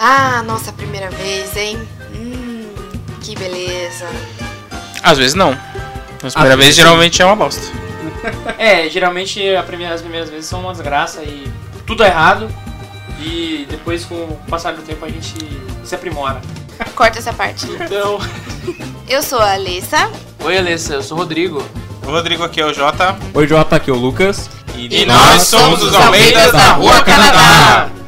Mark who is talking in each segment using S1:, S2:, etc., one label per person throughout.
S1: Ah, nossa primeira vez, hein? Hum, que beleza.
S2: Às vezes não. As primeiras
S3: vezes,
S2: vezes geralmente é uma bosta.
S4: É, geralmente a primeira- as primeiras vezes são uma desgraça e tudo é errado. E depois, com o passar do tempo, a gente se aprimora.
S1: Corta essa parte.
S4: Então.
S1: Eu sou a Alessa.
S4: Oi, Alessa, eu sou o Rodrigo.
S2: O Rodrigo aqui é o Jota.
S3: Oi, Jota, aqui é o Lucas.
S1: E nós somos os Almeidas
S3: da
S1: Rua
S4: Ah,
S1: Canadá.
S2: Ah,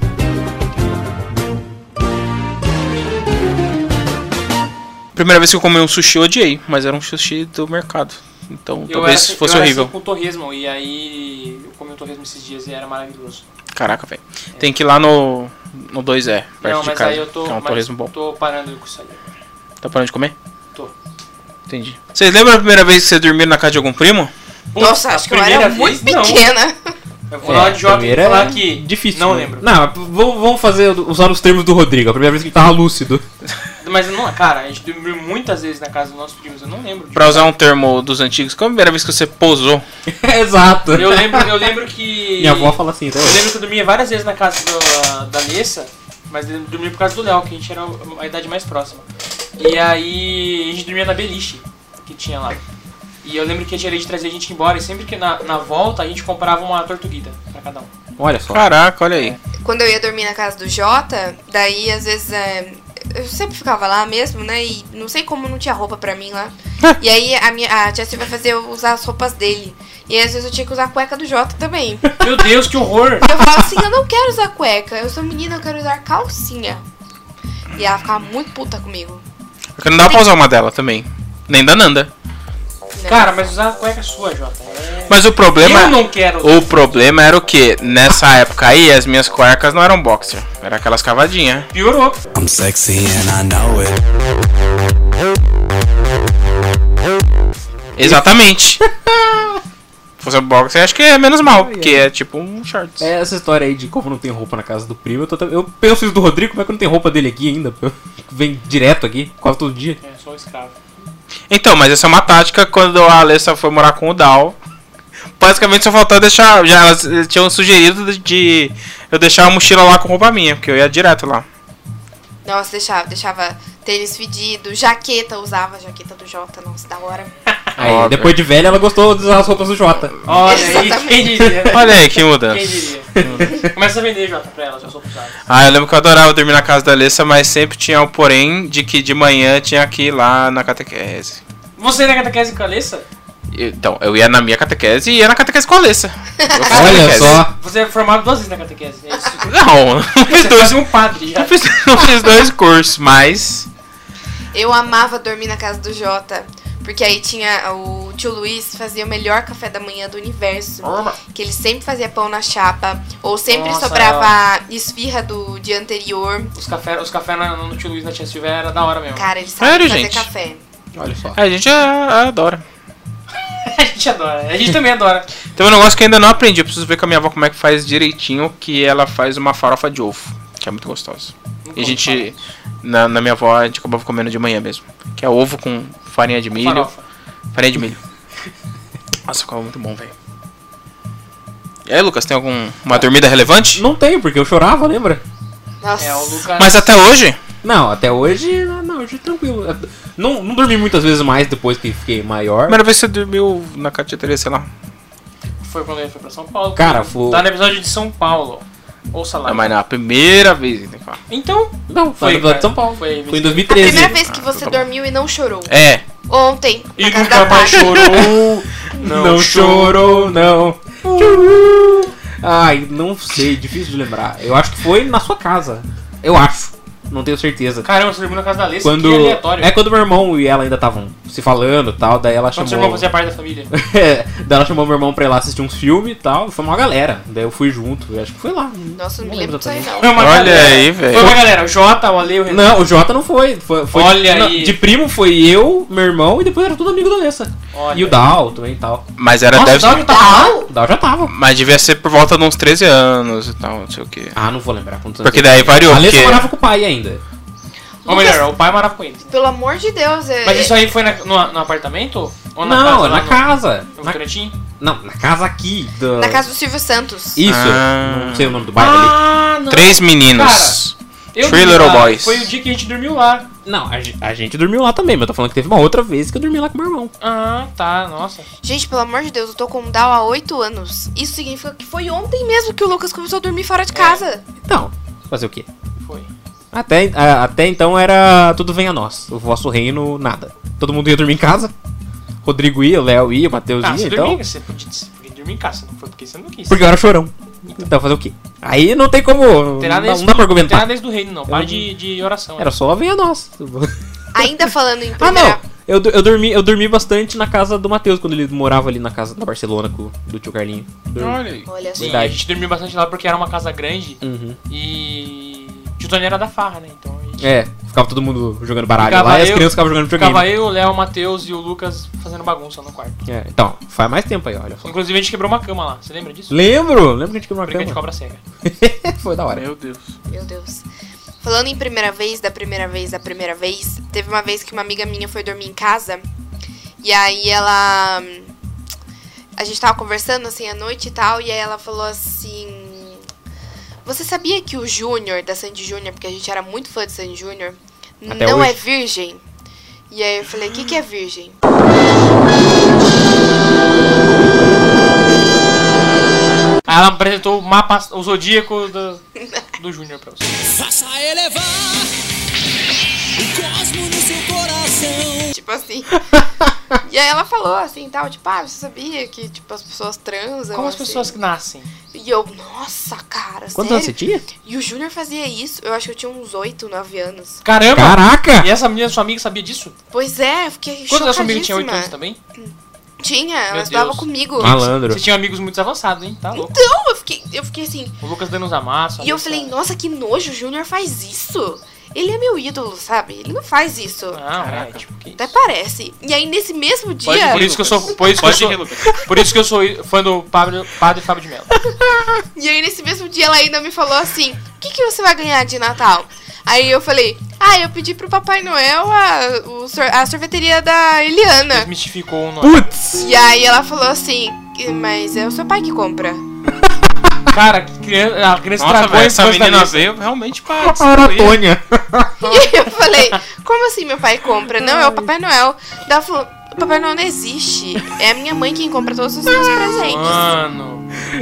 S2: Primeira vez que eu comi um sushi, eu odiei, mas era um sushi do mercado. Então
S4: Eu
S2: talvez
S4: era,
S2: fosse
S4: eu era
S2: horrível.
S4: assim com torresmo, e aí eu comi um torresmo esses dias e era maravilhoso.
S2: Caraca, velho. Tem que ir lá no, no 2E, perto
S4: assim. Não,
S2: de
S4: mas
S2: casa.
S4: aí eu tô,
S2: que é um
S4: mas
S2: torresmo bom.
S4: tô parando com isso aí.
S2: Tá parando de comer?
S4: Tô.
S2: Entendi. Vocês lembram a primeira vez que vocês dormiram na casa de algum primo?
S1: Nossa,
S4: a
S1: acho que eu era
S4: primeira
S1: muito
S4: vez, não.
S1: pequena.
S4: Eu vou
S2: É,
S4: lá de jovem e falar que.
S3: É, Difícil.
S4: Não
S3: né?
S4: lembro.
S3: Não, vamos, vamos fazer, usar os termos do Rodrigo. A primeira vez que ele tava lúcido.
S4: Mas não, cara, a gente dormiu muitas vezes na casa dos nossos primos, eu não lembro.
S2: Pra usar um termo dos antigos, qual a primeira vez que você pousou?
S3: Exato.
S4: Eu lembro, eu lembro que.
S3: Minha avó fala assim, então.
S4: Eu lembro que eu dormia várias vezes na casa do- da Alessa, mas eu dormia por causa do Léo, que a gente era a idade mais próxima. E aí a gente dormia na beliche que tinha lá. E eu lembro que a gerente trazia a gente embora e sempre que na, na volta a gente comprava uma tortuguita pra cada um.
S3: Olha É só.
S2: Caraca, olha
S4: É.
S2: aí.
S1: Quando eu ia dormir na casa do Jota, daí às vezes é, eu sempre ficava lá mesmo, né? E não sei como não tinha roupa pra mim lá. E aí a minha a tia Silvia fazia eu usar as roupas dele. E aí, às vezes eu tinha que usar a cueca do Jota também.
S4: Meu Deus, que horror!
S1: Eu falava assim, eu não quero usar cueca, eu sou menina, eu quero usar calcinha. E ela ficava muito puta comigo.
S2: Porque não dá pra usar uma dela também. Nem da Nanda.
S1: né?
S4: Cara, mas usar a cueca é sua, Jota. É...
S2: Mas o problema.
S4: Eu não quero.
S2: O problema era o que? Nessa época aí, as minhas cuecas não eram boxer. Era aquelas cavadinhas.
S4: Piorou.
S5: I'm sexy and I know it.
S2: Exatamente. Se fosse boxer, acho que é menos mal. Porque é tipo um shorts.
S3: É essa história aí de como não tem roupa na casa do primo. Eu, tô- eu penso isso do Rodrigo, como é que não tem roupa dele aqui ainda? Vem direto aqui, quase todo dia.
S4: É, sou um escravo.
S2: Então, mas essa é uma tática quando a Alessa foi morar com o Dal. Basicamente só faltou deixar. Já elas eh, tinham sugerido de- de eu deixar a mochila lá com roupa minha, porque eu ia direto lá.
S1: Nossa, deixava, deixava tênis fedido, jaqueta, usava a jaqueta do Jota, nossa, da hora.
S4: Ah,
S3: Aí,
S2: Óbvio.
S3: depois de velha, ela gostou de usar as roupas do Jota.
S4: Olha aí,
S1: Exatamente.
S4: quem diria?
S2: Olha aí que
S4: Quem
S2: mudança.
S4: diria? Começa a vender, Jota, pra ela, já sou usado.
S2: Ah, eu lembro que eu adorava dormir na casa da Alessa, mas sempre tinha o porém de que de manhã tinha que ir lá na catequese.
S4: Você na catequese com a Alessa?
S2: Então, eu ia na minha catequese e ia na catequese com a Alessa. Eu fiz
S3: Olha
S2: catequese.
S3: só.
S4: Você Ah, é formado duas vezes na catequese, é isso?
S2: Não, não fiz
S4: Você
S2: dois.
S4: quase um padre já.
S2: Não fiz, não fiz dois cursos, mas.
S1: Eu amava dormir na casa do Jota, porque aí tinha o tio Luiz fazia o melhor café da manhã do universo, que ele sempre fazia pão na chapa, ou sempre
S4: Nossa. é
S1: sobrava esfirra do dia anterior.
S4: Os cafés os café na- no tio Luiz na tia Silvia era da hora mesmo.
S1: Cara, ele sabe
S2: Sério,
S1: fazer
S2: gente?
S1: café.
S3: Olha só.
S2: A gente a- adora.
S4: A gente adora, a gente também adora.
S2: Tem um negócio que eu ainda não aprendi. Eu preciso ver com a minha avó como é que faz direitinho, que ela faz uma farofa de ovo, que é muito gostosa. E a gente, na, na minha avó, a gente acabava comendo de manhã mesmo. Que é ovo com farinha de milho.
S4: né? Farofa.
S2: Farinha de milho. Nossa, ficava muito bom, velho. E aí, Lucas, tem alguma dormida relevante?
S3: Não tem, porque eu chorava, lembra?
S1: Nossa.
S4: É, o Lucas.
S2: Mas até hoje,
S3: Não, até hoje, não, não, hoje tranquilo. Não, não dormi muitas vezes mais depois que fiquei
S2: a
S3: maior.
S2: primeira vez que você dormiu na cafeteria, sei lá.
S4: Foi quando ele foi pra São Paulo.
S3: Cara, foi-
S4: Tá no episódio de São Paulo. Ouça lá.
S2: Não, Ah, mas na primeira vez, né, tem que falar.
S4: Então,
S3: Não,
S4: Foi,
S3: foi
S4: cara.
S3: em São Paulo.
S4: Foi
S3: Foi,
S4: em
S3: em
S1: A
S3: 2013.
S1: primeira vez que você
S4: Ah,
S2: tá bom.
S1: dormiu e não chorou.
S2: É,
S1: Ontem, na
S4: e
S1: casa
S4: nunca
S1: da
S4: mais
S1: Paty.
S4: chorou.
S3: Não,
S4: Não
S3: chorou, não. Ai, não sei, difícil de lembrar. Eu acho que foi na sua casa. Eu acho. Não tenho certeza.
S4: Caramba, você dormiu na casa da Alessa,
S3: Quando
S4: que aleatório.
S3: é quando meu irmão e ela ainda estavam se falando, e tal, daí ela
S4: Quando seu
S3: chamou
S4: irmão fazia parte da família.
S3: É, daí ela chamou meu irmão pra ir lá assistir uns filmes e tal. Foi uma galera. Daí eu fui junto. Eu acho que foi lá.
S1: Nossa, não me
S3: lembro
S1: lembro disso aí
S3: exatamente.
S1: não.
S4: Foi uma
S2: Olha
S4: galera.
S2: aí, velho.
S4: Foi uma galera, o Jota, o Ale, o Renan.
S3: Não, o Jota não foi. foi, foi
S4: Olha
S3: não,
S4: aí.
S3: De primo foi eu, meu irmão e depois era tudo amigo da Alessa.
S4: Olha.
S3: E o Dal também e tal.
S2: mas era
S4: Nossa,
S2: deve
S4: o
S3: um
S4: Dog tá mal?
S3: O Dal já tava.
S2: Mas devia ser por volta de uns 13 anos e tal, não sei o que.
S3: Ah, não vou lembrar quantos
S2: Porque
S3: anos.
S2: daí variou,
S3: A Alessa
S2: porque
S3: morava com o pai ainda.
S4: Ou melhor, o pai morava com eles. né?
S1: Pelo amor de Deus, é-
S4: Mas isso aí foi na- no, no apartamento? Ou na
S3: não,
S4: casa?
S3: é na casa.
S4: No, no
S3: Na-
S4: cantinho?
S3: não, na casa aqui.
S1: é,
S3: Da...
S1: na casa do Silvio Santos.
S3: Isso.
S2: Ah.
S3: Não sei o nome do bairro ali.
S4: Ah, não.
S2: três meninos.
S4: Eu
S2: Three
S4: dormi
S2: Little
S4: lá.
S2: Boys.
S4: Foi o dia que a gente dormiu lá.
S3: Não, a, ge- a gente dormiu lá também, mas eu tô falando que teve uma outra vez que eu dormi lá com meu irmão.
S4: Ah, tá, nossa.
S1: Gente, pelo amor de Deus, eu tô com um Down há 8 anos. Isso significa que foi ontem mesmo que o Lucas começou a dormir fora de casa.
S3: Então, fazer o quê?
S4: Foi.
S3: Até, a- até então era tudo vem a nós, o vosso reino, nada. Todo mundo ia dormir em casa. Rodrigo ia, o Léo ia, o Matheus
S4: Ah,
S3: ia,
S4: você
S3: então.
S4: dormia, você podia, você podia dormir em casa, não foi porque você não quis.
S3: Porque eu era chorão. Então fazer o quê? Aí não tem como.
S4: Terá
S3: não,
S4: nesse- Não
S3: não dá um pra
S4: tem
S3: argumentar.
S4: nada desde do reino, não. Para
S3: não-
S4: de, de oração.
S3: Era só vem a nós.
S1: Ainda falando em
S3: Ah,
S1: primeira...
S3: não! Eu, do- eu, dormi, eu dormi bastante na casa do Matheus quando ele morava ali na casa da Barcelona com, do tio Carlinho. Dormi.
S2: Olha aí.
S1: Olha só.
S4: Sim,
S3: Verdade.
S4: a gente dormiu bastante lá porque era uma casa grande
S3: Uhum.
S4: e. Tio Tony era da farra, né? Então a gente
S3: É, ficava todo mundo jogando baralho
S4: Ficava
S3: lá e as
S4: eu-
S3: crianças ficavam jogando videogame.
S4: Ficava eu, o Léo, o Matheus e o Lucas fazendo bagunça no quarto.
S3: É, então, faz mais tempo aí, olha só.
S4: Inclusive a gente quebrou uma cama lá, você lembra disso?
S3: Lembro, lembro que a gente quebrou uma
S4: Brinca de
S3: cama.
S4: cobra cega.
S3: Foi da hora.
S2: Meu Deus.
S1: Meu Deus. Falando em primeira vez, da primeira vez, da primeira vez, teve uma vez que uma amiga minha foi dormir em casa. E aí ela. A gente tava conversando assim à noite e tal. E aí ela falou assim. Você sabia que o Júnior, da Sandy Júnior, porque a gente era muito fã de Sandy Júnior,
S3: Até
S1: não
S3: hoje.
S1: é virgem? E aí eu falei, o que, que é virgem?
S4: Aí ela apresentou o mapa, o zodíaco do, do Júnior pra você.
S6: Faça elevar o cosmo no seu coração.
S1: Tipo assim. e aí ela falou assim tal, tipo, ah, você sabia que tipo, as pessoas transam?
S4: Como as
S1: assim?"
S4: pessoas que nascem?
S1: E eu, nossa, cara,
S3: Quantos
S1: sério?
S3: anos você tinha?
S1: E o Júnior fazia isso, eu acho que eu tinha uns 8, 9 anos.
S4: Caramba!
S3: Caraca!
S4: E essa menina, sua amiga, sabia disso?
S1: Pois é, eu fiquei
S4: Quantos anos sua
S1: chocadíssima.
S4: amiga tinha 8 anos tá também?
S1: Tinha, ela
S4: Meu
S1: estudava
S4: Deus.
S1: comigo.
S3: Malandro.
S4: Você tinha amigos muito avançados, hein? Tá louco.
S1: Então, eu fiquei, eu fiquei assim.
S4: O Lucas dando uns amassos.
S1: E eu
S4: Alex-
S1: falei, nossa, que nojo, o Júnior faz isso. Ele é meu ídolo, sabe? Ele não faz isso.
S4: Não, é, tipo, que
S1: Até
S4: isso?
S1: parece. E aí, nesse mesmo
S2: Pode
S1: dia,
S4: Por isso que eu sou. Por isso que eu
S2: Pode rir,
S4: sou,
S2: Lucas.
S4: por isso que eu sou fã do Pablo, Padre Fábio de Mello.
S1: e aí nesse mesmo dia ela ainda me falou assim, o que, que você vai ganhar de Natal? Aí eu falei, ah, eu pedi pro Papai Noel a, o sor- a sorveteria da Eliana.
S4: Desmistificou o nome.
S3: Putz!
S1: E aí ela falou assim, "Que- mas é o seu pai que compra.
S4: Cara, que criança, a criança
S2: Nossa,
S4: estragou
S2: velho,
S4: a
S2: essa
S4: infância da
S2: menina
S4: Alice.
S2: veio realmente pra.
S3: Para a Tônia.
S1: E aí eu falei, como assim meu pai compra? Não, é o Papai Noel. Daí ela falou, o Papai Noel não existe. É a minha mãe quem compra todos os meus
S2: Ah.
S1: presentes.
S4: Mano.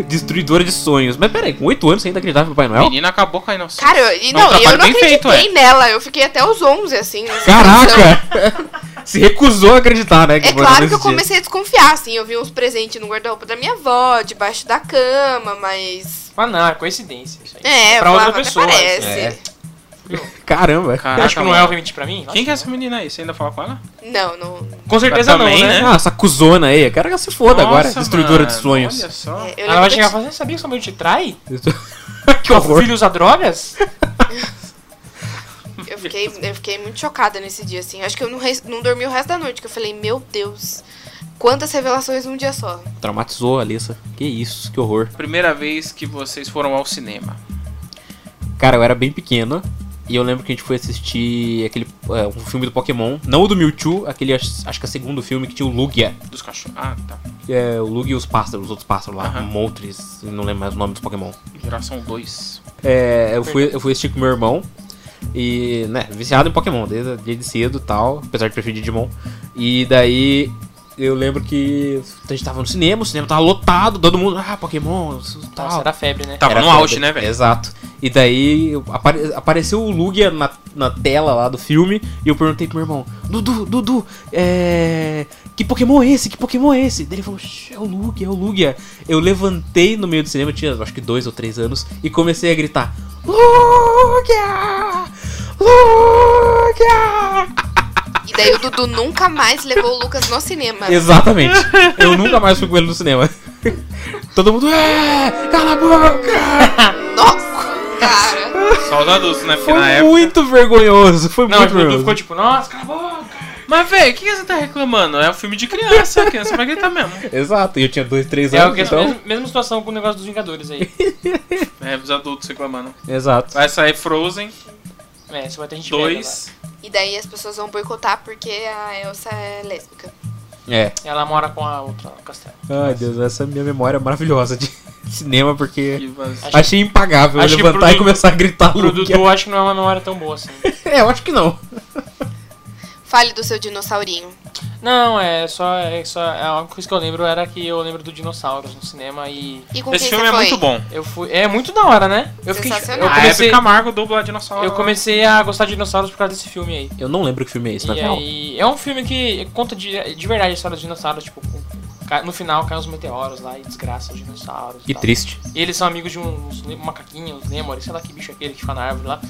S3: Destruidora de sonhos. Mas peraí, com 8 anos você ainda acreditava no Papai
S2: A
S3: Noel?
S2: menina acabou com a inocência.
S1: Cara, eu, e
S2: É um
S1: não, e eu
S2: trabalho
S1: não
S2: bem feito, é.
S1: acreditei nela. Eu fiquei até os 11, assim. nessa condição.
S3: Caraca! Se recusou a acreditar, né?
S1: É
S3: o Papai
S1: claro
S3: Noel
S1: que eu
S3: existia.
S1: comecei a desconfiar, assim. Eu vi uns presentes no guarda-roupa da minha avó, debaixo da cama, mas...
S4: Mas não, é coincidência isso aí.
S1: É,
S4: pra
S1: eu
S4: outra
S1: falava, até
S4: pessoa.
S1: parece.
S3: Caramba.
S4: Eu
S2: Caraca,
S4: acho que não é
S2: mano.
S4: o realmente pra mim?
S2: Quem que é
S4: Nossa,
S2: essa menina aí? Você ainda fala com ela?
S4: é.
S1: Não, não...
S4: Com certeza
S2: Também,
S4: não, né?
S2: né?
S3: Ah, essa cuzona aí. Eu quero que ela se foda agora.
S2: Nossa,
S3: Destruidora de
S2: mano,
S3: sonhos.
S2: Olha só.
S1: é, eu
S4: Ela vai
S1: lembro
S4: chegar e
S1: que-
S4: falar, você sabia que sua mãe te trai?
S3: que
S4: Seu
S3: horror.
S4: filho usa drogas?
S1: Eu fiquei, eu fiquei muito chocada nesse dia, assim. Acho que eu não, res- não dormi o resto da noite, que eu falei, meu Deus, quantas revelações num dia só.
S3: Traumatizou a Alissa. Que isso, que horror.
S2: Primeira vez que vocês foram ao cinema.
S3: Cara, eu era bem pequeno. E eu lembro que a gente foi assistir aquele é, um filme do Pokémon. Não o do Mewtwo, aquele acho acho que é o segundo filme que tinha o Lugia.
S2: Dos cachorros. Ah, tá.
S3: que é o Lugia e os pássaros, os outros pássaros lá.
S2: Aham.
S3: Moltres, não lembro mais o nome dos Pokémon.
S2: Geração 2.
S3: É, eu fui, eu fui assistir com meu irmão. E, né, viciado em Pokémon, desde, desde cedo e tal. Apesar de preferir Digimon. E daí. Eu lembro que a gente tava no cinema, o cinema tava lotado, todo mundo, ah, Pokémon, isso, tal.
S4: Nossa, era febre, né?
S2: Tava
S3: Era
S2: no
S3: febre.
S2: auge, né, velho?
S3: Exato. E daí eu- apare- apareceu o Lugia na, na tela lá do filme e eu perguntei pro meu irmão, Dudu, Dudu, é... que Pokémon é esse? Que Pokémon é esse? Daí ele falou, "Shh, é o Lugia, é o Lugia. Eu levantei no meio do cinema, eu tinha acho que dois ou três anos, e comecei a gritar, Lugia! Lugia!
S1: E daí o Dudu nunca mais levou o Lucas no cinema.
S3: Exatamente. Eu nunca mais fui com ele no cinema. Todo mundo, é, cala a boca!
S1: Nossa, cara.
S2: Só os adultos, né? Porque
S3: Foi um
S2: na época.
S3: muito vergonhoso, foi
S4: Não, o
S3: muito
S4: Dudu
S3: vergonhoso.
S4: ficou tipo, nossa, cala a boca.
S2: Mas, velho, o que, que você tá reclamando? É um filme de criança. A criança vai gritar mesmo.
S3: Exato, e eu tinha dois, três
S4: É a
S3: anos,
S4: mesma-
S3: então...
S4: mesma situação com o negócio dos Vingadores aí.
S2: É, os adultos reclamando.
S3: Exato.
S2: Vai sair Frozen
S4: É, você vai ter gente velha
S2: 2.
S1: E daí as pessoas vão boicotar porque a Elsa é lésbica.
S3: É.
S4: lá. Ela mora com a outra lá no castelo.
S3: Ai, Deus, essa é a minha memória maravilhosa de cinema porque
S2: Que vazio.
S3: achei impagável
S4: Acho que
S3: levantar
S4: produ-
S3: e começar a gritar
S4: O
S3: Luke.
S4: produtor acho que não é uma memória tão boa assim.
S3: É, eu acho que não.
S1: Fale do seu dinossaurinho.
S4: Não, é só. É só é uma coisa que eu lembro era que eu lembro do dinossauros no cinema e.
S1: E com
S2: Esse
S1: quem
S2: filme é
S1: você foi?
S2: muito bom.
S4: Eu fui. É muito da hora, né? Eu fiquei.
S1: Sensacional.
S4: Eu
S2: A Hebe
S4: comecei,
S2: Camargo dubla dinossauro.
S4: eu comecei a gostar de dinossauros por causa desse filme aí.
S3: Eu não lembro que filme é esse, na
S4: E
S3: real.
S4: aí, é um filme que conta de, de verdade a história dos dinossauros, tipo, com- cai- no final caem os meteoros lá e desgraça os dinossauros. e
S3: Que
S4: tal.
S3: triste.
S4: E eles são amigos de um, uns ne- macaquinhos, uns lemures, sei lá que bicho é aquele que fica na árvore lá.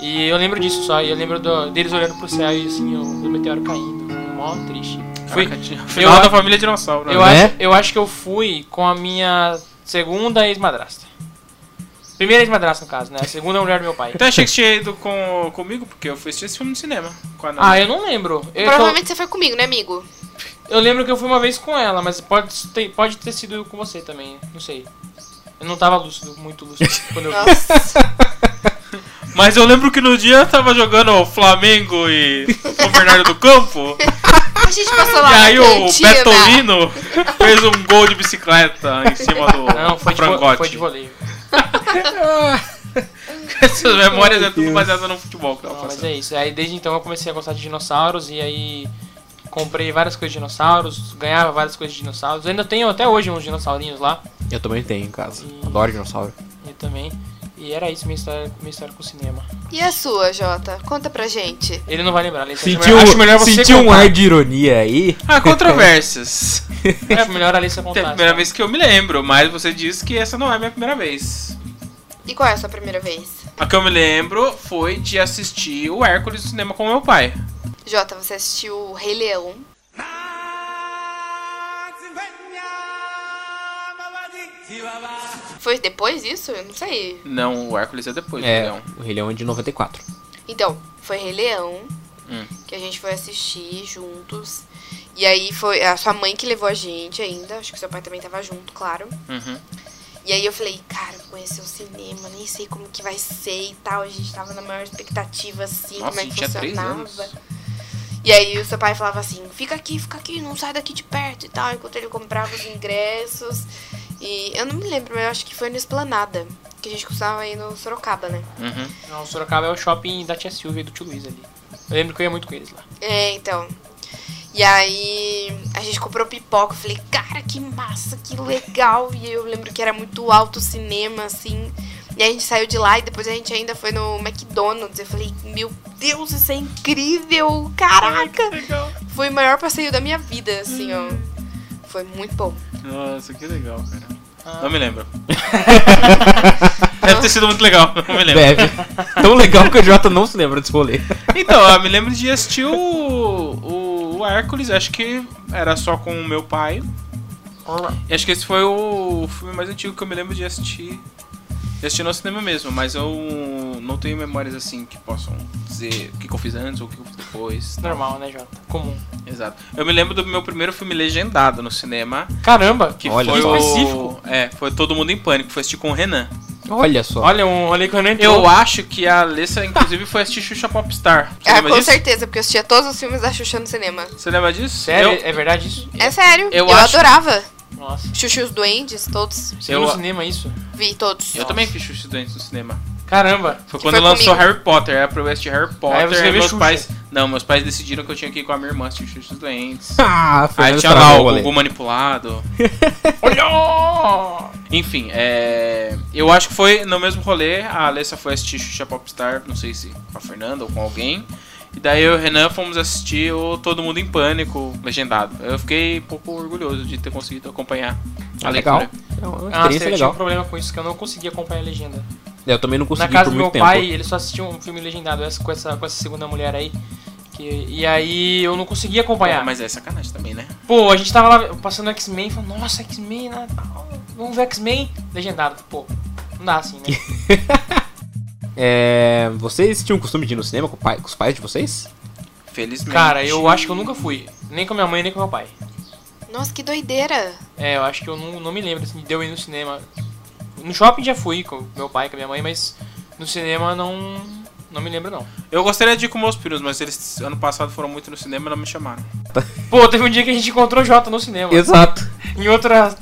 S4: E eu lembro disso só, e eu lembro do- deles olhando pro céu e assim, o, o meteoro caindo. assim, Mó triste. Fui,
S2: Caraca, tinha-
S4: eu,
S2: Final da família dinossauro.
S4: eu,
S2: né?
S3: Né?
S4: acho, eu acho que eu fui com a minha segunda ex-madrasta. Primeira ex-madrasta, no caso, né? A segunda mulher do meu pai.
S2: Então achei que você tinha ido com, comigo, porque eu fui assistir esse filme no cinema. com a Nana.
S4: Ah, eu não lembro. Eu, tô-
S1: Provavelmente você foi comigo, né, amigo?
S4: Eu lembro que eu fui uma vez com ela, mas pode ter, pode ter sido com você também, não sei. Eu não tava lúcido, muito lúcido quando eu vi.
S1: Nossa.
S2: Mas eu lembro que no dia eu tava jogando Flamengo e São Bernardo do Campo.
S1: A gente passou lá né?
S2: e
S1: na
S2: aí o
S1: cantina.
S2: Betolino fez um gol de bicicleta em cima do
S4: Não, foi de, vo-
S2: frangote.
S4: foi de voleio.
S2: Essas memórias é
S3: Meu
S2: tudo
S3: Deus.
S2: baseado no futebol que tava
S4: Não, mas
S2: passando.
S4: é isso. Aí desde então eu comecei a gostar de dinossauros e aí comprei várias coisas de dinossauros, ganhava várias coisas de dinossauros. Eu ainda tenho até hoje uns dinossaurinhos lá
S3: Eu também tenho em casa.
S4: Sim.
S3: Adoro dinossauro.
S4: e também. E era isso, minha história, minha história com o cinema.
S1: E a sua, Jota? Conta pra gente.
S4: Ele não vai lembrar, ele
S3: Sentiu,
S4: acho é melhor você
S3: sentiu um
S4: contar.
S3: ar de ironia aí?
S2: Ah, controvérsias.
S4: Acho melhor a
S2: É
S4: Alissa
S2: a
S4: contar.
S2: primeira
S4: sabe?
S2: vez que eu me lembro, mas você disse que essa não é a minha primeira vez.
S1: E qual é a sua primeira vez?
S2: A que eu me lembro foi de assistir o Hércules no cinema com meu pai.
S1: Jota, você assistiu o Rei Leão? Foi depois disso? Eu não sei.
S2: Não, o Hércules é depois,
S3: É,
S2: não.
S4: então.
S3: o Rei Leão é de 94.
S1: Então, foi Rei Leão
S2: Hum.
S1: que a gente foi assistir juntos. E aí foi a sua mãe que levou a gente ainda. Acho que seu pai também tava junto, claro.
S2: Uhum.
S1: E aí eu falei, cara, vou conhecer o cinema, nem sei como que vai ser e tal. A gente tava na maior expectativa, assim,
S2: Nossa,
S1: como
S2: a
S1: é que
S2: gente tinha três
S1: funcionava.
S2: anos.
S1: E aí o seu pai falava assim, fica aqui, fica aqui, não sai daqui de perto e tal, enquanto ele comprava os ingressos. E eu não me lembro, mas eu acho que foi no Esplanada, que a gente costumava ir no Sorocaba, né?
S2: Uhum.
S4: Não, Sorocaba é o shopping da tia Silvia e do tio Luiz ali. Eu lembro que eu ia muito com eles lá.
S1: É, então. E aí a gente comprou pipoca, eu falei, cara, que massa, que legal. E eu lembro que era muito alto o cinema, assim. E aí a gente saiu de lá e depois a gente ainda foi no McDonald's. Eu falei, meu Deus, isso é incrível! Caraca! Foi o maior passeio da minha vida, assim, ó.
S2: Hum.
S1: Foi muito bom.
S2: Nossa, que legal, cara.
S4: Ah.
S2: Não me lembro. Deve ter sido muito legal, não me lembro.
S3: Deve. Tão legal que o Jota não se lembra desse rolê.
S2: Então, eu me lembro de assistir o, o, o Hércules, acho que era só com o meu pai. E acho que esse foi o filme mais antigo que eu me lembro de assistir. De assistir no cinema mesmo, mas eu não tenho memórias assim que possam dizer o que, que eu fiz antes ou o que eu fiz depois.
S4: Normal, né, Jota? Comum.
S2: Exato. Eu me lembro do meu primeiro filme legendado no cinema,
S4: Caramba!
S2: que
S3: Olha
S2: foi
S3: só.
S2: o...
S4: Específico.
S2: É, foi Todo Mundo em Pânico, foi assistir com o Renan.
S3: Olha só.
S4: Olha, um rolê que eu não entrou.
S2: Eu acho que a Alessa, inclusive, foi assistir Xuxa Popstar. Você
S1: Ah,
S2: lembra
S1: com
S2: disso?
S1: certeza, porque eu assistia todos os filmes da Xuxa no cinema.
S2: Você lembra disso?
S4: Sério?
S2: Eu-
S4: É verdade isso?
S1: É sério,
S2: Eu
S1: eu,
S2: acho-
S1: adorava.
S4: Nossa.
S1: Xuxa e os Duendes, todos.
S4: Você
S2: Eu-
S4: viu no cinema isso?
S1: Vi todos.
S2: Eu também fiz Xuxa Doentes no cinema.
S4: Caramba!
S2: Foi
S1: Que
S2: quando
S1: foi
S2: lançou
S1: comigo.
S2: Harry Potter, era pra eu assistir Harry Potter.
S4: você viu
S2: meus
S4: Xuxa.
S2: pais. Não, meus pais decidiram que eu tinha que ir com a minha irmã assistir Xuxa Doentes.
S3: Ah,
S2: Aí
S3: Fernando
S2: tinha lá
S3: estragou
S2: o
S3: rolê.
S2: Google manipulado.
S4: Olha!
S2: Enfim, é. Eu acho que foi no mesmo rolê. A Alessa foi assistir Xuxa Popstar, não sei se com a Fernanda ou com alguém. E daí eu e o Renan fomos assistir o Todo Mundo em Pânico, legendado. Eu fiquei um pouco orgulhoso de ter conseguido acompanhar a
S3: legal.
S2: leitura.
S3: É uma
S4: Nossa, eu
S3: experiência
S4: tinha um
S3: legal.
S4: problema com isso, que eu não conseguia acompanhar a legenda.
S3: Eu também não
S4: Na
S3: consegui
S4: casa
S3: por
S4: do meu
S3: muito
S4: pai,
S3: tempo.
S4: ele só assistia um filme legendado essa, com, essa, com essa segunda mulher aí. Que, e aí eu não conseguia acompanhar.
S2: Pô, mas é sacanagem também, né?
S4: Pô, a gente tava lá passando X-Men e falou, nossa, X-Men, né? Vamos ver X-Men legendado. Pô, não dá assim, né?
S3: É, vocês tinham o costume de ir no cinema com, o pai- com os pais de vocês?
S2: Felizmente.
S4: Cara, eu acho que eu nunca fui. Nem com minha mãe, nem com meu pai.
S1: Nossa, que doideira.
S4: É, eu acho que eu não, não me lembro assim, de eu ir no cinema. No shopping já fui com meu pai, com minha mãe, mas no cinema não. Não me lembro, não.
S2: Eu gostaria de ir com meus piros, mas eles ano passado foram muito no cinema e não me chamaram.
S4: Pô, teve um dia que a gente encontrou o Jota no cinema.
S3: Exato.
S4: Em outra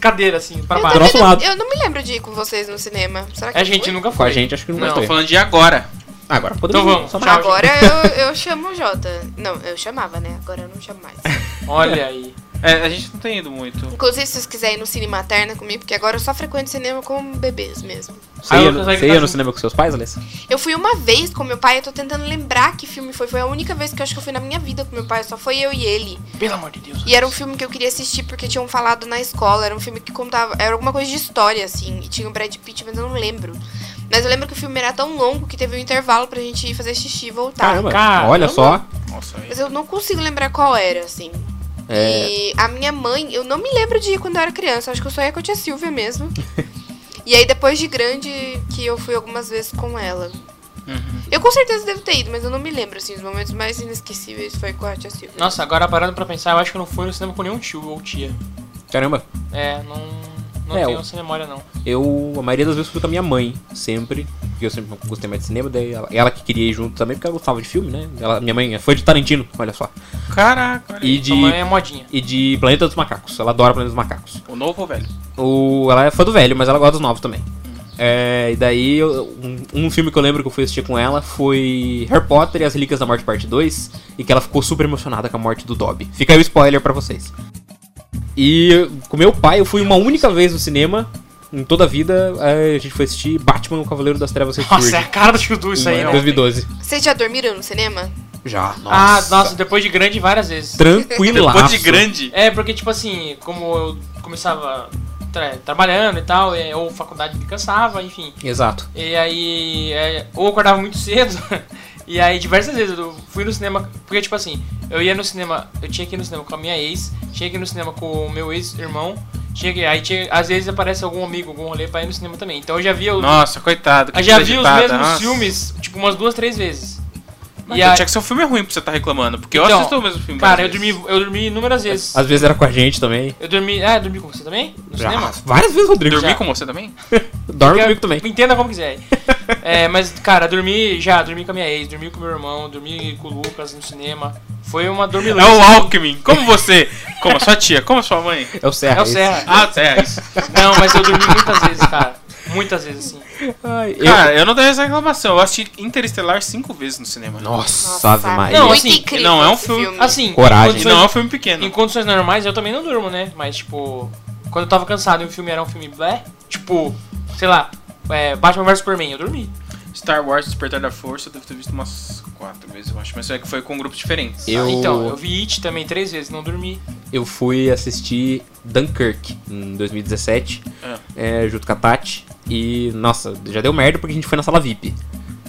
S4: cadeira, assim, pra
S1: Eu
S4: baixo.
S3: Do nosso
S1: também não-
S3: lado.
S1: Eu não me lembro de ir com vocês no cinema. Será que
S4: A
S1: eu
S4: gente
S1: fui?
S4: nunca
S3: Com a
S4: foi.
S3: gente, acho que nunca
S2: Não, tô
S3: foi.
S2: falando de agora.
S3: Agora podemos.
S4: Então vamos,
S3: só
S4: tchau.
S3: mais.
S1: Agora eu, eu chamo o Jota. Não, eu chamava, né? Agora eu não chamo mais.
S4: Olha aí.
S2: É, a gente não tem ido muito.
S1: Inclusive, se vocês quiserem ir no Cine Materna comigo, porque agora eu só frequento cinema com bebês mesmo.
S3: Você
S4: Aí
S3: ia,
S4: eu
S3: no-
S4: consegue
S3: você
S4: ficar
S3: ia no
S4: junto.
S3: cinema com seus pais, Alessa?
S1: Eu fui uma vez com meu pai, eu tô tentando lembrar que filme foi. Foi a única vez que eu acho que eu fui na minha vida com meu pai, só foi eu e ele.
S4: Pelo amor de Deus.
S1: E era um filme que eu queria assistir porque tinham falado na escola. Era um filme que contava. Era alguma coisa de história, assim. E tinha o Brad Pitt, mas eu não lembro. Mas eu lembro que o filme era tão longo que teve um intervalo pra gente ir fazer xixi e voltar.
S3: Caramba,
S4: Tá, Caramba.
S3: olha só.
S2: Nossa, aí.
S1: Mas eu não consigo lembrar qual era, assim.
S3: É.
S1: E a minha mãe, eu não me lembro de ir quando eu era criança. Acho que eu só ia com a tia Silvia mesmo. e aí depois de grande que eu fui algumas vezes com ela.
S4: Uhum.
S2: Uhum.
S1: Eu com certeza devo ter ido, mas eu não me lembro, assim. Os momentos mais inesquecíveis foi com a tia Silvia.
S4: Nossa, agora parando pra pensar, eu acho que eu não fui no cinema com nenhum tio ou tia.
S3: Caramba,
S4: É, não, não
S3: É,
S4: tenho
S3: o-
S4: essa memória, não.
S3: eu, a maioria das vezes fui com a minha mãe, sempre. Porque eu sempre gostei mais de cinema, daí ela, ela que queria ir junto também, porque ela gostava de filme, né? Ela, minha mãe foi de Tarantino, olha só.
S2: Caraca, olha aí.
S3: E
S4: Sua mãe
S3: de,
S4: é modinha.
S3: e de Planeta dos Macacos, ela adora Planeta dos Macacos.
S2: O novo, velho.
S3: O, ela é fã do velho, mas ela gosta dos novos também. É, e daí, eu- um, um filme que eu lembro que eu fui assistir com ela foi Harry Potter e as Relíquias da Morte Parte 2, e que ela ficou super emocionada com a morte do Dobby. Fica aí o spoiler pra vocês. E com meu pai, eu fui uma única vez no cinema, em toda a vida, é, a gente foi assistir Batman, o Cavaleiro das Trevas
S4: Nossa, é
S3: Ressurge,
S4: a cara do Chico Du isso aí, é um-
S3: em
S4: não.
S3: 2012.
S1: Vocês já dormiram no cinema?
S3: Já,
S4: Ah, nossa, depois de grande várias vezes.
S3: Tranquilo
S2: Depois de grande.
S4: É, porque, tipo assim, como eu começava tra- trabalhando e tal, é, ou faculdade me cansava, enfim.
S3: Exato.
S4: E aí, é, ou eu acordava muito cedo, e aí diversas vezes eu fui no cinema, porque, tipo assim, eu ia no cinema, eu tinha que ir no cinema com a minha ex, tinha que ir no cinema com o meu ex-irmão, tinha que, aí tinha, às vezes aparece algum amigo, algum rolê pra ir no cinema também. Então eu já via, o-
S2: Nossa, coitado. que
S4: eu Ah, já vi os
S2: coitada,
S4: mesmos
S2: nossa.
S4: filmes, tipo, umas duas, três vezes.
S2: Mas
S4: E
S2: então
S4: aí-
S2: tinha que ser um filme ruim pra você tá reclamando. Porque eu
S4: Então,
S2: assisto o mesmo filme.
S4: Cara, eu
S2: várias
S4: dormi,
S2: vezes.
S4: eu dormi inúmeras vezes.
S3: Às vezes era com a gente também.
S4: Eu dormi. Ah, eu dormi com você também? No
S3: Já,
S4: cinema?
S3: várias vezes, Rodrigo.
S2: Dormi
S4: Já.
S2: com você também?
S3: Dorme comigo também.
S4: Me entenda como quiser. é, mas, cara, dormi já, dormi com a minha ex, dormi com meu irmão, dormi com o Lucas no cinema. Foi uma
S2: É
S4: dormilância.
S2: o Alckmin. Como você? Como a sua tia? Como a sua mãe?
S3: É o Serra.
S4: É o
S3: esse.
S4: Serra.
S2: Ah, é isso.
S4: Não, mas eu dormi muitas vezes, cara. Muitas vezes, assim.
S3: Ai, eu-
S2: Cara, eu não tenho essa reclamação. Eu assisti Interestelar cinco vezes no cinema.
S3: Nossa, Ave Maria.
S4: Não,
S1: muito
S4: assim,
S1: incrível.
S2: não, é um
S1: esse
S2: filme-
S4: Assim, em
S3: Coragem.
S2: E
S4: condições-
S2: não é um filme
S4: Em
S2: pequeno.
S4: condições normais eu também não durmo, né? Mas, tipo, quando eu tava cansado e o filme era um filme blé, tipo, sei lá, é, Batman vs Superman, eu dormi.
S2: Star Wars Despertar da Força, eu devo ter visto umas quatro vezes, eu acho. Mas é que foi com grupos diferentes.
S3: Eu-
S4: Então, eu vi It também três vezes, não dormi.
S3: assim, Eu fui assistir Dunkirk em 2017,
S2: Ah.
S3: é, junto com a Tati. E, nossa, já deu merda porque a gente foi na sala VIP.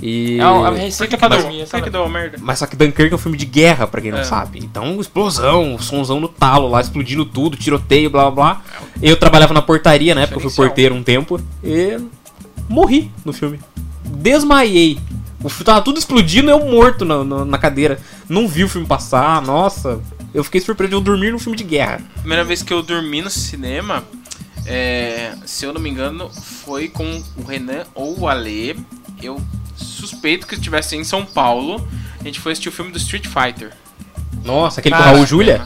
S3: E...
S4: É uma
S2: Por que
S4: receita
S2: que
S4: pra
S2: deu-
S4: dormir,
S2: por que
S4: sabe?
S2: que tá deu uma merda?
S3: Mas só que Dunkirk é um filme de guerra, pra quem não
S2: É.
S3: sabe. Então, explosão, sonzão no talo lá, explodindo tudo, tiroteio, blá blá blá. Eu trabalhava na portaria, na época eu fui
S2: Diferencial.
S3: porteiro um tempo, e morri no filme. Desmaiei. O filme tava tudo explodindo eu morto na, na, na cadeira. Não vi o filme passar, nossa. Eu fiquei surpreso de eu dormir num filme de guerra.
S2: Primeira vez que eu dormi no cinema, é, se eu não me engano, foi com o Renan ou o Ale. Eu suspeito que estivesse em São Paulo. A gente foi assistir o filme do Street Fighter.
S3: Nossa, aquele com
S4: Caraca.
S3: o Raul Júlia?